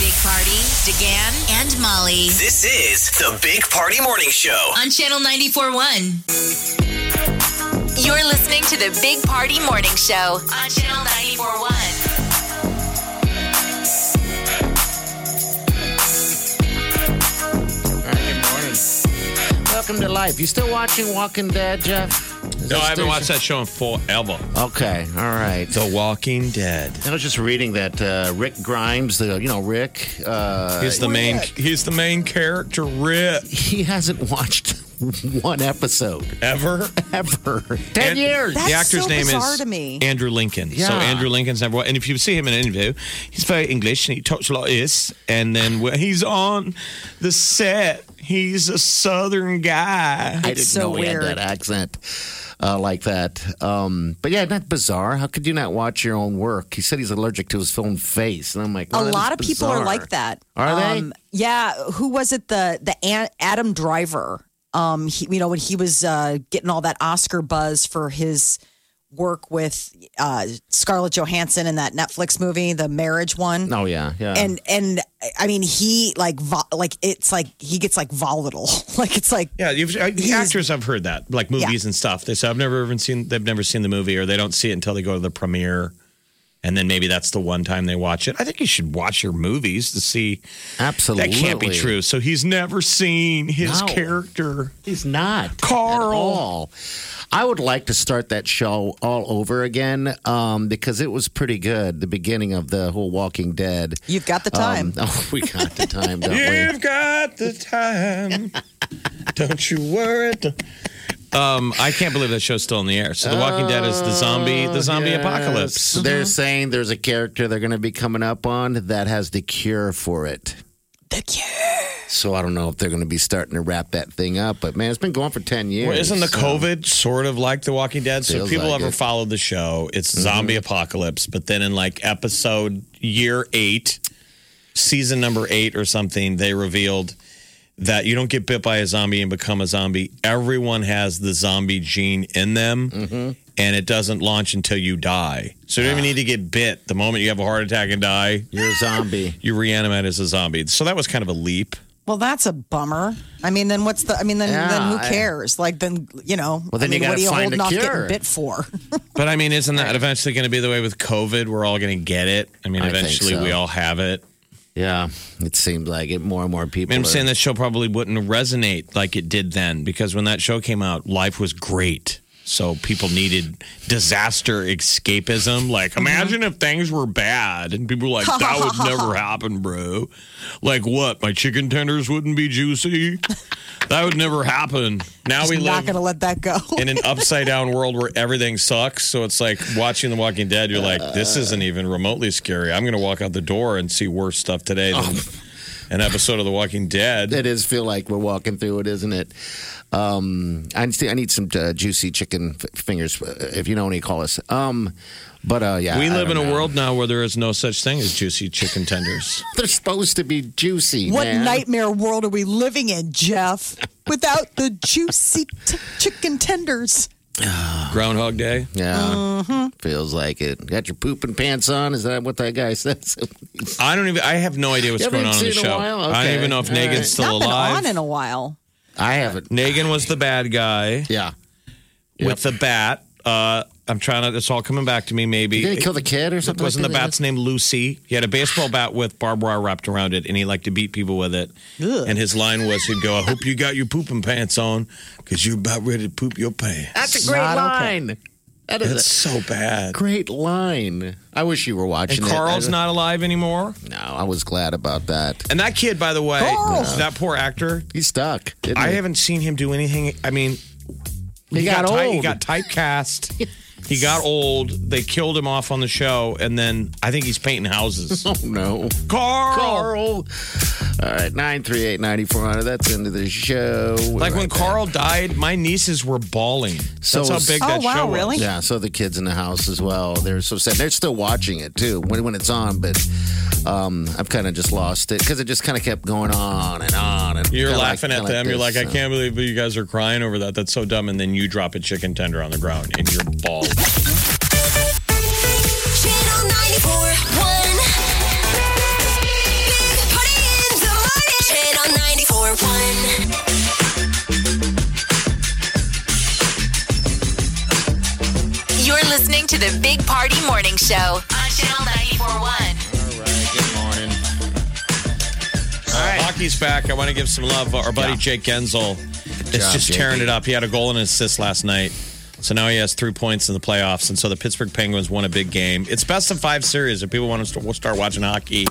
[SPEAKER 1] Big Party, DeGan, and Molly.
[SPEAKER 5] This is the Big Party Morning Show.
[SPEAKER 1] on Channel 94.1. You're listening to the Big Party Morning Show on Channel 94.1.
[SPEAKER 2] All right, good morning. Welcome to life. You still watching Walking Dead, Jeff? Is that
[SPEAKER 3] No, I haven't
[SPEAKER 2] still-
[SPEAKER 3] watched that show in forever.
[SPEAKER 2] Okay, all right.
[SPEAKER 3] The Walking Dead.
[SPEAKER 2] I was just reading that uh, Rick Grimes, the you know Rick, uh,
[SPEAKER 3] He's the main. He's the main character, Rip.
[SPEAKER 2] He hasn't watched one episode
[SPEAKER 3] ever,
[SPEAKER 2] ever. Ten
[SPEAKER 3] And
[SPEAKER 2] years.
[SPEAKER 3] the actor's name is
[SPEAKER 4] to me.
[SPEAKER 3] Andrew Lincoln. So
[SPEAKER 2] Yeah.
[SPEAKER 3] Andrew Lincoln's number one. And if you see him in an interview, he's very English and he talks a lot of this. And then when he's on the set, he's a Southern guy.
[SPEAKER 2] I didn't know he had that accent uh, like that. Um, but yeah, not bizarre. How could you not watch your own work? He said he's allergic to his own face, and I'm like, wow,
[SPEAKER 4] a
[SPEAKER 2] Oh, that
[SPEAKER 4] lot of
[SPEAKER 2] is
[SPEAKER 4] people are
[SPEAKER 2] bizarre.
[SPEAKER 4] like that. Um,
[SPEAKER 2] Are they?
[SPEAKER 4] Yeah. Who was it? The the An- Adam Driver. Um, he, you know when he was uh, getting all that Oscar buzz for his work with uh, Scarlett Johansson in that Netflix movie, the marriage one.
[SPEAKER 2] Oh yeah, yeah.
[SPEAKER 4] And and I mean he like vo- like it's like he gets like volatile like it's like
[SPEAKER 3] Yeah, you've, I, the actors I've heard that, like movies and stuff. They say I've never even seen. They've never seen the movie, or they don't see it until they go to the premiere, and then maybe that's the one time they watch it. I think you should watch your movies to see.
[SPEAKER 2] Absolutely,
[SPEAKER 3] that can't be true. So he's never seen his
[SPEAKER 2] No.
[SPEAKER 3] character.
[SPEAKER 2] He's not Carl. At all. I would like to start that show all over again um, because it was pretty good. The beginning of the whole Walking Dead.
[SPEAKER 4] You've got the time.
[SPEAKER 2] Um, oh, we got the time, don't we?
[SPEAKER 3] You've got the time. don't you worry. Um, I can't believe that show's still in the air. So The Walking Dead is the zombie, the zombie
[SPEAKER 2] Yes.
[SPEAKER 3] apocalypse.
[SPEAKER 2] They're saying there's a character they're going to be coming up on that has the cure for it.
[SPEAKER 4] The cure.
[SPEAKER 2] So I don't know if they're going to be starting to wrap that thing up, but man, it's been going for ten years.
[SPEAKER 3] Well, isn't the
[SPEAKER 2] so-
[SPEAKER 3] COVID sort of like The Walking Dead? So
[SPEAKER 2] Feels
[SPEAKER 3] if people
[SPEAKER 2] like
[SPEAKER 3] ever
[SPEAKER 2] it. Mm-hmm.
[SPEAKER 3] followed the show, it's zombie apocalypse, but then in like episode year eight, season number eight or something, they revealed that you don't get bit by a zombie and become a zombie. Everyone has the zombie gene in them.
[SPEAKER 2] Mm-hmm.
[SPEAKER 3] And it doesn't launch until you die. So you don't even need to get bit. The moment you have a heart attack and die,
[SPEAKER 2] you're a zombie.
[SPEAKER 3] You reanimate as a zombie. So that was kind of a leap.
[SPEAKER 4] well that's a bummer I mean then what's the I mean then then who
[SPEAKER 3] Yeah, I-
[SPEAKER 4] cares like then you know
[SPEAKER 3] Well,
[SPEAKER 4] I
[SPEAKER 3] then
[SPEAKER 4] mean,
[SPEAKER 3] you
[SPEAKER 4] what
[SPEAKER 3] gotta
[SPEAKER 4] are you
[SPEAKER 3] find
[SPEAKER 4] holding
[SPEAKER 3] a
[SPEAKER 4] off
[SPEAKER 3] cure.
[SPEAKER 4] getting bit for
[SPEAKER 3] But I mean, isn't that eventually going to be the way with COVID? We're all going to get it. I mean,
[SPEAKER 2] I think
[SPEAKER 3] eventually
[SPEAKER 2] so.
[SPEAKER 3] we all have it.
[SPEAKER 2] Yeah, it seems like it. More and more
[SPEAKER 3] I
[SPEAKER 2] people.
[SPEAKER 3] mean, I'm
[SPEAKER 2] are-
[SPEAKER 3] saying that show probably wouldn't resonate like it did then because when that show came out, life was great. So people needed disaster escapism. Like,
[SPEAKER 2] Mm-hmm.
[SPEAKER 3] imagine if things were bad and people were like, that would never happen, bro. Like, what? My chicken tenders wouldn't be juicy? That would never happen. Now we
[SPEAKER 4] I'm not
[SPEAKER 3] live
[SPEAKER 4] going to let that go.
[SPEAKER 3] in an upside down world where everything sucks. So it's like watching The Walking Dead. You're like,
[SPEAKER 2] Uh.
[SPEAKER 3] this isn't even remotely scary. I'm going to walk out the door and see worse stuff today than
[SPEAKER 2] Oh.
[SPEAKER 3] an episode of The Walking Dead.
[SPEAKER 2] It is feel like we're walking through it, isn't it? Um, I need, I need some uh, juicy chicken f- fingers, uh, if you know any, call us. Um, but uh, yeah,
[SPEAKER 3] we
[SPEAKER 2] I
[SPEAKER 3] live in
[SPEAKER 2] don't
[SPEAKER 3] a
[SPEAKER 2] know.
[SPEAKER 3] world now where there is no such thing as juicy chicken tenders.
[SPEAKER 2] They're supposed to be juicy.
[SPEAKER 4] What
[SPEAKER 2] man.
[SPEAKER 4] nightmare world are we living in, Jeff? Without the juicy t- chicken tenders.
[SPEAKER 2] Oh.
[SPEAKER 3] Groundhog Day.
[SPEAKER 2] Yeah, feels like it. Got your pooping pants on? Is that what that guy says?
[SPEAKER 3] I don't even. I have no idea what's
[SPEAKER 2] You
[SPEAKER 3] going
[SPEAKER 2] haven't
[SPEAKER 3] on in the
[SPEAKER 2] seen it in a
[SPEAKER 3] show.
[SPEAKER 2] while?
[SPEAKER 3] I don't
[SPEAKER 2] Okay.
[SPEAKER 3] even know if
[SPEAKER 2] All
[SPEAKER 3] Negan's
[SPEAKER 2] right.
[SPEAKER 4] not
[SPEAKER 3] still
[SPEAKER 4] been
[SPEAKER 3] alive.
[SPEAKER 4] on in a while.
[SPEAKER 2] I haven't.
[SPEAKER 3] Negan was the bad guy.
[SPEAKER 2] Yeah,
[SPEAKER 3] with the bat. Uh, I'm trying to. It's all coming back to me. Maybe
[SPEAKER 2] Did he kill the kid or something?
[SPEAKER 3] Wasn't
[SPEAKER 2] like
[SPEAKER 3] the
[SPEAKER 2] that?
[SPEAKER 3] bat's name Lucy? He had a baseball bat with barbed wire wrapped around it, and he liked to beat people with it.
[SPEAKER 4] Ugh.
[SPEAKER 3] And his line was, "He'd go, I hope you got your pooping pants on, because you're about ready to poop your pants."
[SPEAKER 2] That's a great
[SPEAKER 4] Not okay.
[SPEAKER 2] line. That is
[SPEAKER 3] That's so
[SPEAKER 2] a
[SPEAKER 3] bad.
[SPEAKER 2] great line. I wish you were watching.
[SPEAKER 3] And Carl's
[SPEAKER 2] it.
[SPEAKER 3] not alive anymore.
[SPEAKER 2] No, I was glad about that.
[SPEAKER 3] And that kid, by the way,
[SPEAKER 4] Carl!
[SPEAKER 3] that poor actor.
[SPEAKER 2] He's stuck. isn't
[SPEAKER 3] I
[SPEAKER 2] he?
[SPEAKER 3] haven't seen him do anything. I mean,
[SPEAKER 2] He, got,
[SPEAKER 3] ty-
[SPEAKER 2] old.
[SPEAKER 3] he got typecast. he got old. They killed him off on the show, and then I think he's painting houses.
[SPEAKER 2] oh no.
[SPEAKER 3] Carl.
[SPEAKER 2] Carl. All right, 938 9400. That's into the show. We're
[SPEAKER 3] Like when
[SPEAKER 2] right back.
[SPEAKER 3] Carl died, my nieces were bawling.
[SPEAKER 2] So
[SPEAKER 3] That's how
[SPEAKER 2] was-
[SPEAKER 3] big
[SPEAKER 4] Oh,
[SPEAKER 3] that
[SPEAKER 4] wow,
[SPEAKER 3] show was.
[SPEAKER 4] really?
[SPEAKER 2] Yeah, so the kids in the house as well. They're so sad. They're still watching it too when, when it's on, but um, I've kind of just lost it because it just kind of kept going on and on. And
[SPEAKER 3] You're
[SPEAKER 2] kinda like-
[SPEAKER 3] laughing at
[SPEAKER 2] kinda
[SPEAKER 3] them. You're like,
[SPEAKER 2] this, uh,
[SPEAKER 3] I can't believe you guys are crying over that. That's so dumb. And then you drop a chicken tender on the ground and you're bald.
[SPEAKER 1] Channel 941. Big Party in the morning. Channel 941. You're listening to the Big Party Morning Show on Channel 941.
[SPEAKER 2] so. All right, good morning.
[SPEAKER 3] Uh, Hockey's back. I want to give some love. Our buddy Jake Genzel is
[SPEAKER 2] job,
[SPEAKER 3] just
[SPEAKER 2] Jake.
[SPEAKER 3] tearing it up. He had a goal and an assist last night. So now he has three points in the playoffs. And so the Pittsburgh Penguins won a big game. It's best of five series if people want us to we'll start watching hockey.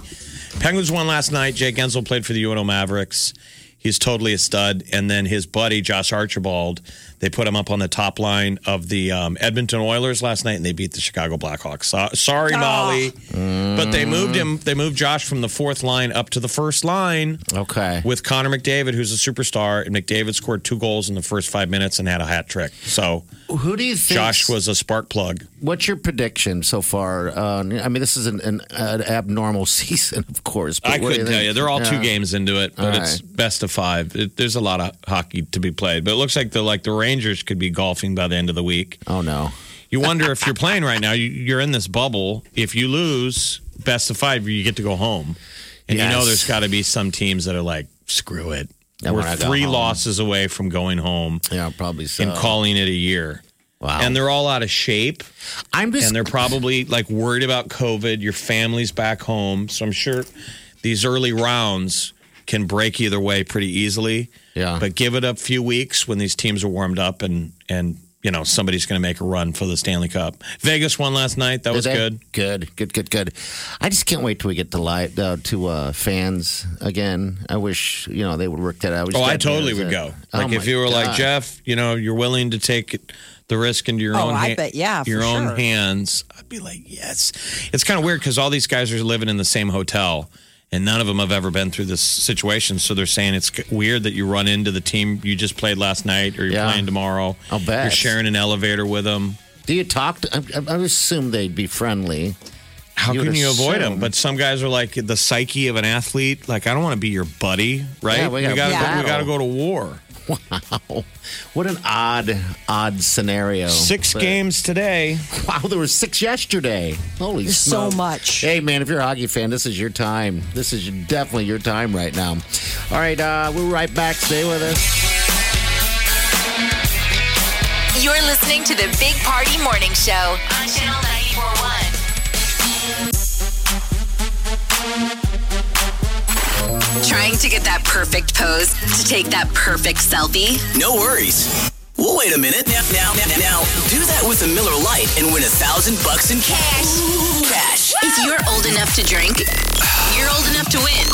[SPEAKER 3] Penguins won last night. Jake Genzel played for the UNO Mavericks. He's totally a stud. And then his buddy, Josh Archibald, they put him up on the top line of the um, Edmonton Oilers last night and they beat the Chicago Blackhawks. So- sorry, Molly. But they moved him. They moved Josh from the fourth line up to the first line
[SPEAKER 2] Okay.
[SPEAKER 3] with Connor McDavid, who's a superstar. And McDavid scored two goals in the first five minutes and had a hat trick. So
[SPEAKER 2] Who do you think?
[SPEAKER 3] Josh was a spark plug.
[SPEAKER 2] What's your prediction so far? Uh, I mean, this is an, an, an abnormal season, of course. but
[SPEAKER 3] I
[SPEAKER 2] what do
[SPEAKER 3] couldn't tell
[SPEAKER 2] think?
[SPEAKER 3] you. They're all two
[SPEAKER 2] Yeah.
[SPEAKER 3] games into it, but
[SPEAKER 2] All
[SPEAKER 3] it's best of five. It, there's a lot of hockey to be played, but it looks like the like the Rangers could be golfing by the end of the week.
[SPEAKER 2] Oh no.
[SPEAKER 3] You wonder if you're playing right now. You, you're in this bubble. If you lose, best of five, you get to go home. And you know
[SPEAKER 2] Yes.
[SPEAKER 3] there's got to be some teams that are like, screw it.
[SPEAKER 2] I
[SPEAKER 3] We're
[SPEAKER 2] wanna go
[SPEAKER 3] three
[SPEAKER 2] home.
[SPEAKER 3] losses away from going home
[SPEAKER 2] Yeah, probably so.
[SPEAKER 3] and calling it a year.
[SPEAKER 2] Wow.
[SPEAKER 3] And they're all out of shape.
[SPEAKER 2] I'm just
[SPEAKER 3] And they're probably like worried about COVID. Your family's back home. So I'm sure these early rounds can break either way pretty easily.
[SPEAKER 2] Yeah.
[SPEAKER 3] But give it a few weeks when these teams are warmed up and, and, you know, somebody's going to make a run for the Stanley Cup. Vegas won last night. That was
[SPEAKER 2] Did
[SPEAKER 3] good.
[SPEAKER 2] they? Good, good, good, good. I just can't wait till we get to live uh, to uh, fans again. I wish you know they would work that out. We
[SPEAKER 3] Oh,
[SPEAKER 2] just
[SPEAKER 3] I
[SPEAKER 2] gotta be
[SPEAKER 3] totally
[SPEAKER 2] able
[SPEAKER 3] would
[SPEAKER 2] to-
[SPEAKER 3] go.
[SPEAKER 2] Oh
[SPEAKER 3] Like if
[SPEAKER 2] my
[SPEAKER 3] you were like
[SPEAKER 2] God.
[SPEAKER 3] Jeff, you know, you're willing to take the risk into your
[SPEAKER 4] Oh,
[SPEAKER 3] own.
[SPEAKER 4] I
[SPEAKER 3] han-
[SPEAKER 4] bet, yeah, for
[SPEAKER 3] your own
[SPEAKER 4] sure.
[SPEAKER 3] hands. I'd be like, yes. It's kind of weird because all these guys are living in the same hotel, and none of them have ever been through this situation. So they're saying it's c- weird that you run into the team you just played last night, or you're
[SPEAKER 2] Yeah.
[SPEAKER 3] playing tomorrow.
[SPEAKER 2] I'll bet.
[SPEAKER 3] you're sharing an elevator with them.
[SPEAKER 2] Do you talk? To, I, I I would assume they'd be friendly.
[SPEAKER 3] How
[SPEAKER 2] You would
[SPEAKER 3] can you avoid
[SPEAKER 2] assume.
[SPEAKER 3] them? But some guys are like the psyche of an athlete. Like I don't want to be your buddy, right?
[SPEAKER 2] Yeah, we gotta
[SPEAKER 3] gotta go, we
[SPEAKER 2] battle.
[SPEAKER 3] gotta go to war.
[SPEAKER 2] Wow, what an odd, odd scenario.
[SPEAKER 3] Six
[SPEAKER 2] But-
[SPEAKER 3] games today.
[SPEAKER 2] Wow, there were six yesterday. Holy,
[SPEAKER 4] There's so
[SPEAKER 2] smoke.
[SPEAKER 4] much.
[SPEAKER 2] Hey man, if you're a hockey fan, this is your time. This is definitely your time right now. All right, uh, we're right back. Stay with us.
[SPEAKER 1] You're listening to the Big Party Morning Show on Channel 941. Trying to get that perfect pose to take that perfect selfie?
[SPEAKER 5] No worries. Well, wait a minute. Now, now, now, now, do that with a Miller Lite and win a thousand bucks in cash. Cash.
[SPEAKER 1] If you're old enough to drink, you're old enough to win.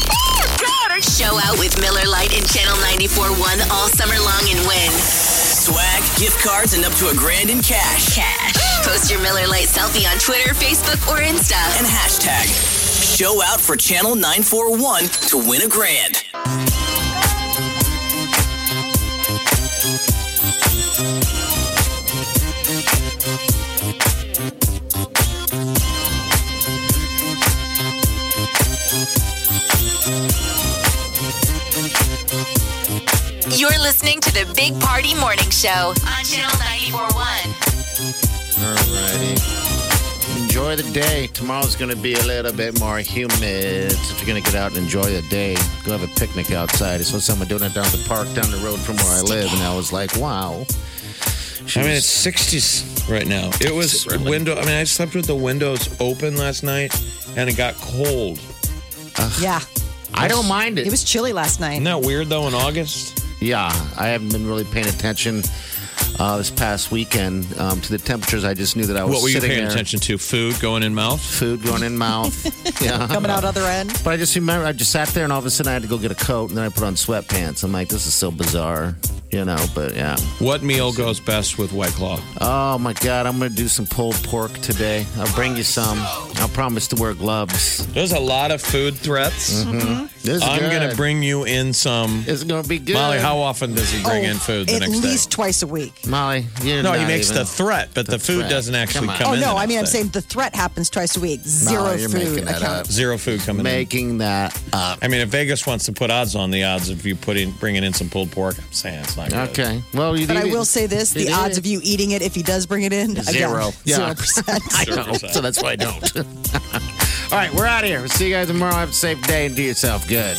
[SPEAKER 1] Show out with Miller Lite and Channel 94.1 all summer long and win.
[SPEAKER 5] Swag, gift cards, and up to a grand in cash.
[SPEAKER 1] Cash. Post your Miller Lite selfie on Twitter, Facebook, or Insta.
[SPEAKER 5] And hashtag show out for Channel 941 to win a grand.
[SPEAKER 1] You're listening to the Big Party Morning Show on Channel 941.
[SPEAKER 2] Alrighty. Enjoy the day. Tomorrow's going to be a little bit more humid. So if you're going to get out and enjoy the day, go have a picnic outside. I saw someone doing it down at the park down the road from where I live, and I was like, wow.
[SPEAKER 3] I mean, it's 60s right now. It was window. I mean, I slept with the windows open last night, and it got cold.
[SPEAKER 4] yeah.
[SPEAKER 2] I don't mind it.
[SPEAKER 4] It was chilly last night.
[SPEAKER 3] Isn't that weird though? In August,
[SPEAKER 2] Yeah, I haven't been really paying attention uh, this past weekend um, to the temperatures. I just knew that I was
[SPEAKER 3] what were you
[SPEAKER 2] sitting
[SPEAKER 3] paying
[SPEAKER 2] there,
[SPEAKER 3] attention to? Food going in mouth.
[SPEAKER 2] food going in mouth. yeah,
[SPEAKER 4] Coming out other end.
[SPEAKER 2] But I just remember I just sat there and all of a sudden I had to go get a coat and then I put on sweatpants. I'm like, this is so bizarre, you know. But yeah.
[SPEAKER 3] What meal goes best with White Claw?
[SPEAKER 2] Oh my God, I'm gonna do some pulled pork today. I'll bring you some. I promise to wear gloves.
[SPEAKER 3] There's a lot of food
[SPEAKER 2] This
[SPEAKER 3] threats.
[SPEAKER 2] is
[SPEAKER 3] I'm
[SPEAKER 2] Mm-hmm. good.
[SPEAKER 3] gonna bring you in some.
[SPEAKER 2] It's gonna be good.
[SPEAKER 3] Molly, how often does he bring in food the
[SPEAKER 4] At
[SPEAKER 3] next
[SPEAKER 4] least twice a week.
[SPEAKER 2] often? Molly,
[SPEAKER 3] day?
[SPEAKER 2] you're
[SPEAKER 3] No,
[SPEAKER 2] not
[SPEAKER 3] he makes
[SPEAKER 2] even-
[SPEAKER 3] the threat, but the, food
[SPEAKER 2] threat.
[SPEAKER 3] doesn't actually
[SPEAKER 2] Come on.
[SPEAKER 3] come,
[SPEAKER 4] Oh,
[SPEAKER 3] in.
[SPEAKER 4] no.
[SPEAKER 3] the
[SPEAKER 4] I mean, I'm
[SPEAKER 3] next day.
[SPEAKER 4] saying the threat happens twice a week. Zero
[SPEAKER 2] you're
[SPEAKER 4] food
[SPEAKER 2] making that
[SPEAKER 4] account.
[SPEAKER 3] zero food coming in.
[SPEAKER 2] making that up.
[SPEAKER 3] I mean, if Vegas wants to put odds on the odds of you putting bringing in some pulled pork, I'm saying it's not good.
[SPEAKER 2] Okay. Well, you
[SPEAKER 4] But I
[SPEAKER 2] did-
[SPEAKER 4] will say this: the
[SPEAKER 2] It
[SPEAKER 4] odds
[SPEAKER 2] is.
[SPEAKER 4] of you eating it, if he does bring it in, again,
[SPEAKER 2] Zero. Yeah.
[SPEAKER 4] zero percent.
[SPEAKER 2] I know, so that's why I don't. All right, we're out of here. We'll see you guys tomorrow. Have a safe day and do yourself good.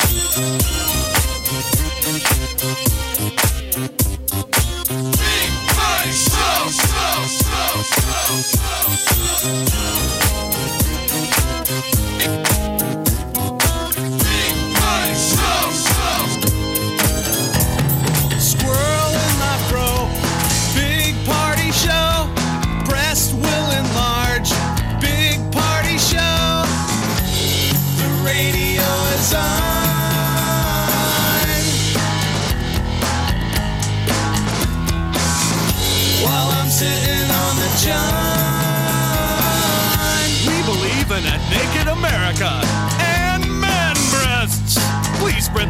[SPEAKER 5] Squirrel in my fro. Big party show. Breast will enlarge. Big party show. The radio is on. While I'm sitting on the john.
[SPEAKER 12] We believe in a naked America and man breasts. Please spread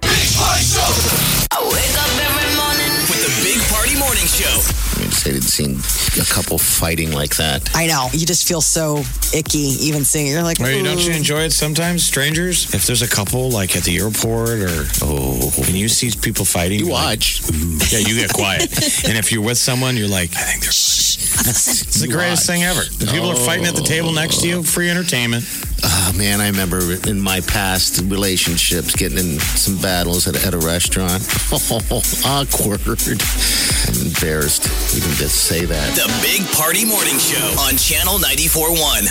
[SPEAKER 5] Big party show.
[SPEAKER 1] I wake up every morning.
[SPEAKER 5] With the Big Party Morning Show.
[SPEAKER 2] I just hadn't seen a couple fighting like that.
[SPEAKER 4] I know. You just feel so icky even seeing it. You're like,
[SPEAKER 3] Well, you don't you
[SPEAKER 4] "Ooh."
[SPEAKER 3] enjoy it sometimes, strangers? If there's a couple like at the airport or oh, and you see people fighting, you
[SPEAKER 2] watch.
[SPEAKER 3] yeah, you get quiet. and if you're with someone, you're like, I think they're. It's the greatest thing ever. The people are fighting at the table next to you. Free entertainment.
[SPEAKER 2] Oh, man, I remember in my past relationships getting in some battles at, at a restaurant. Oh, awkward. I'm embarrassed even to say that.
[SPEAKER 5] The Big Party Morning Show on Channel 941.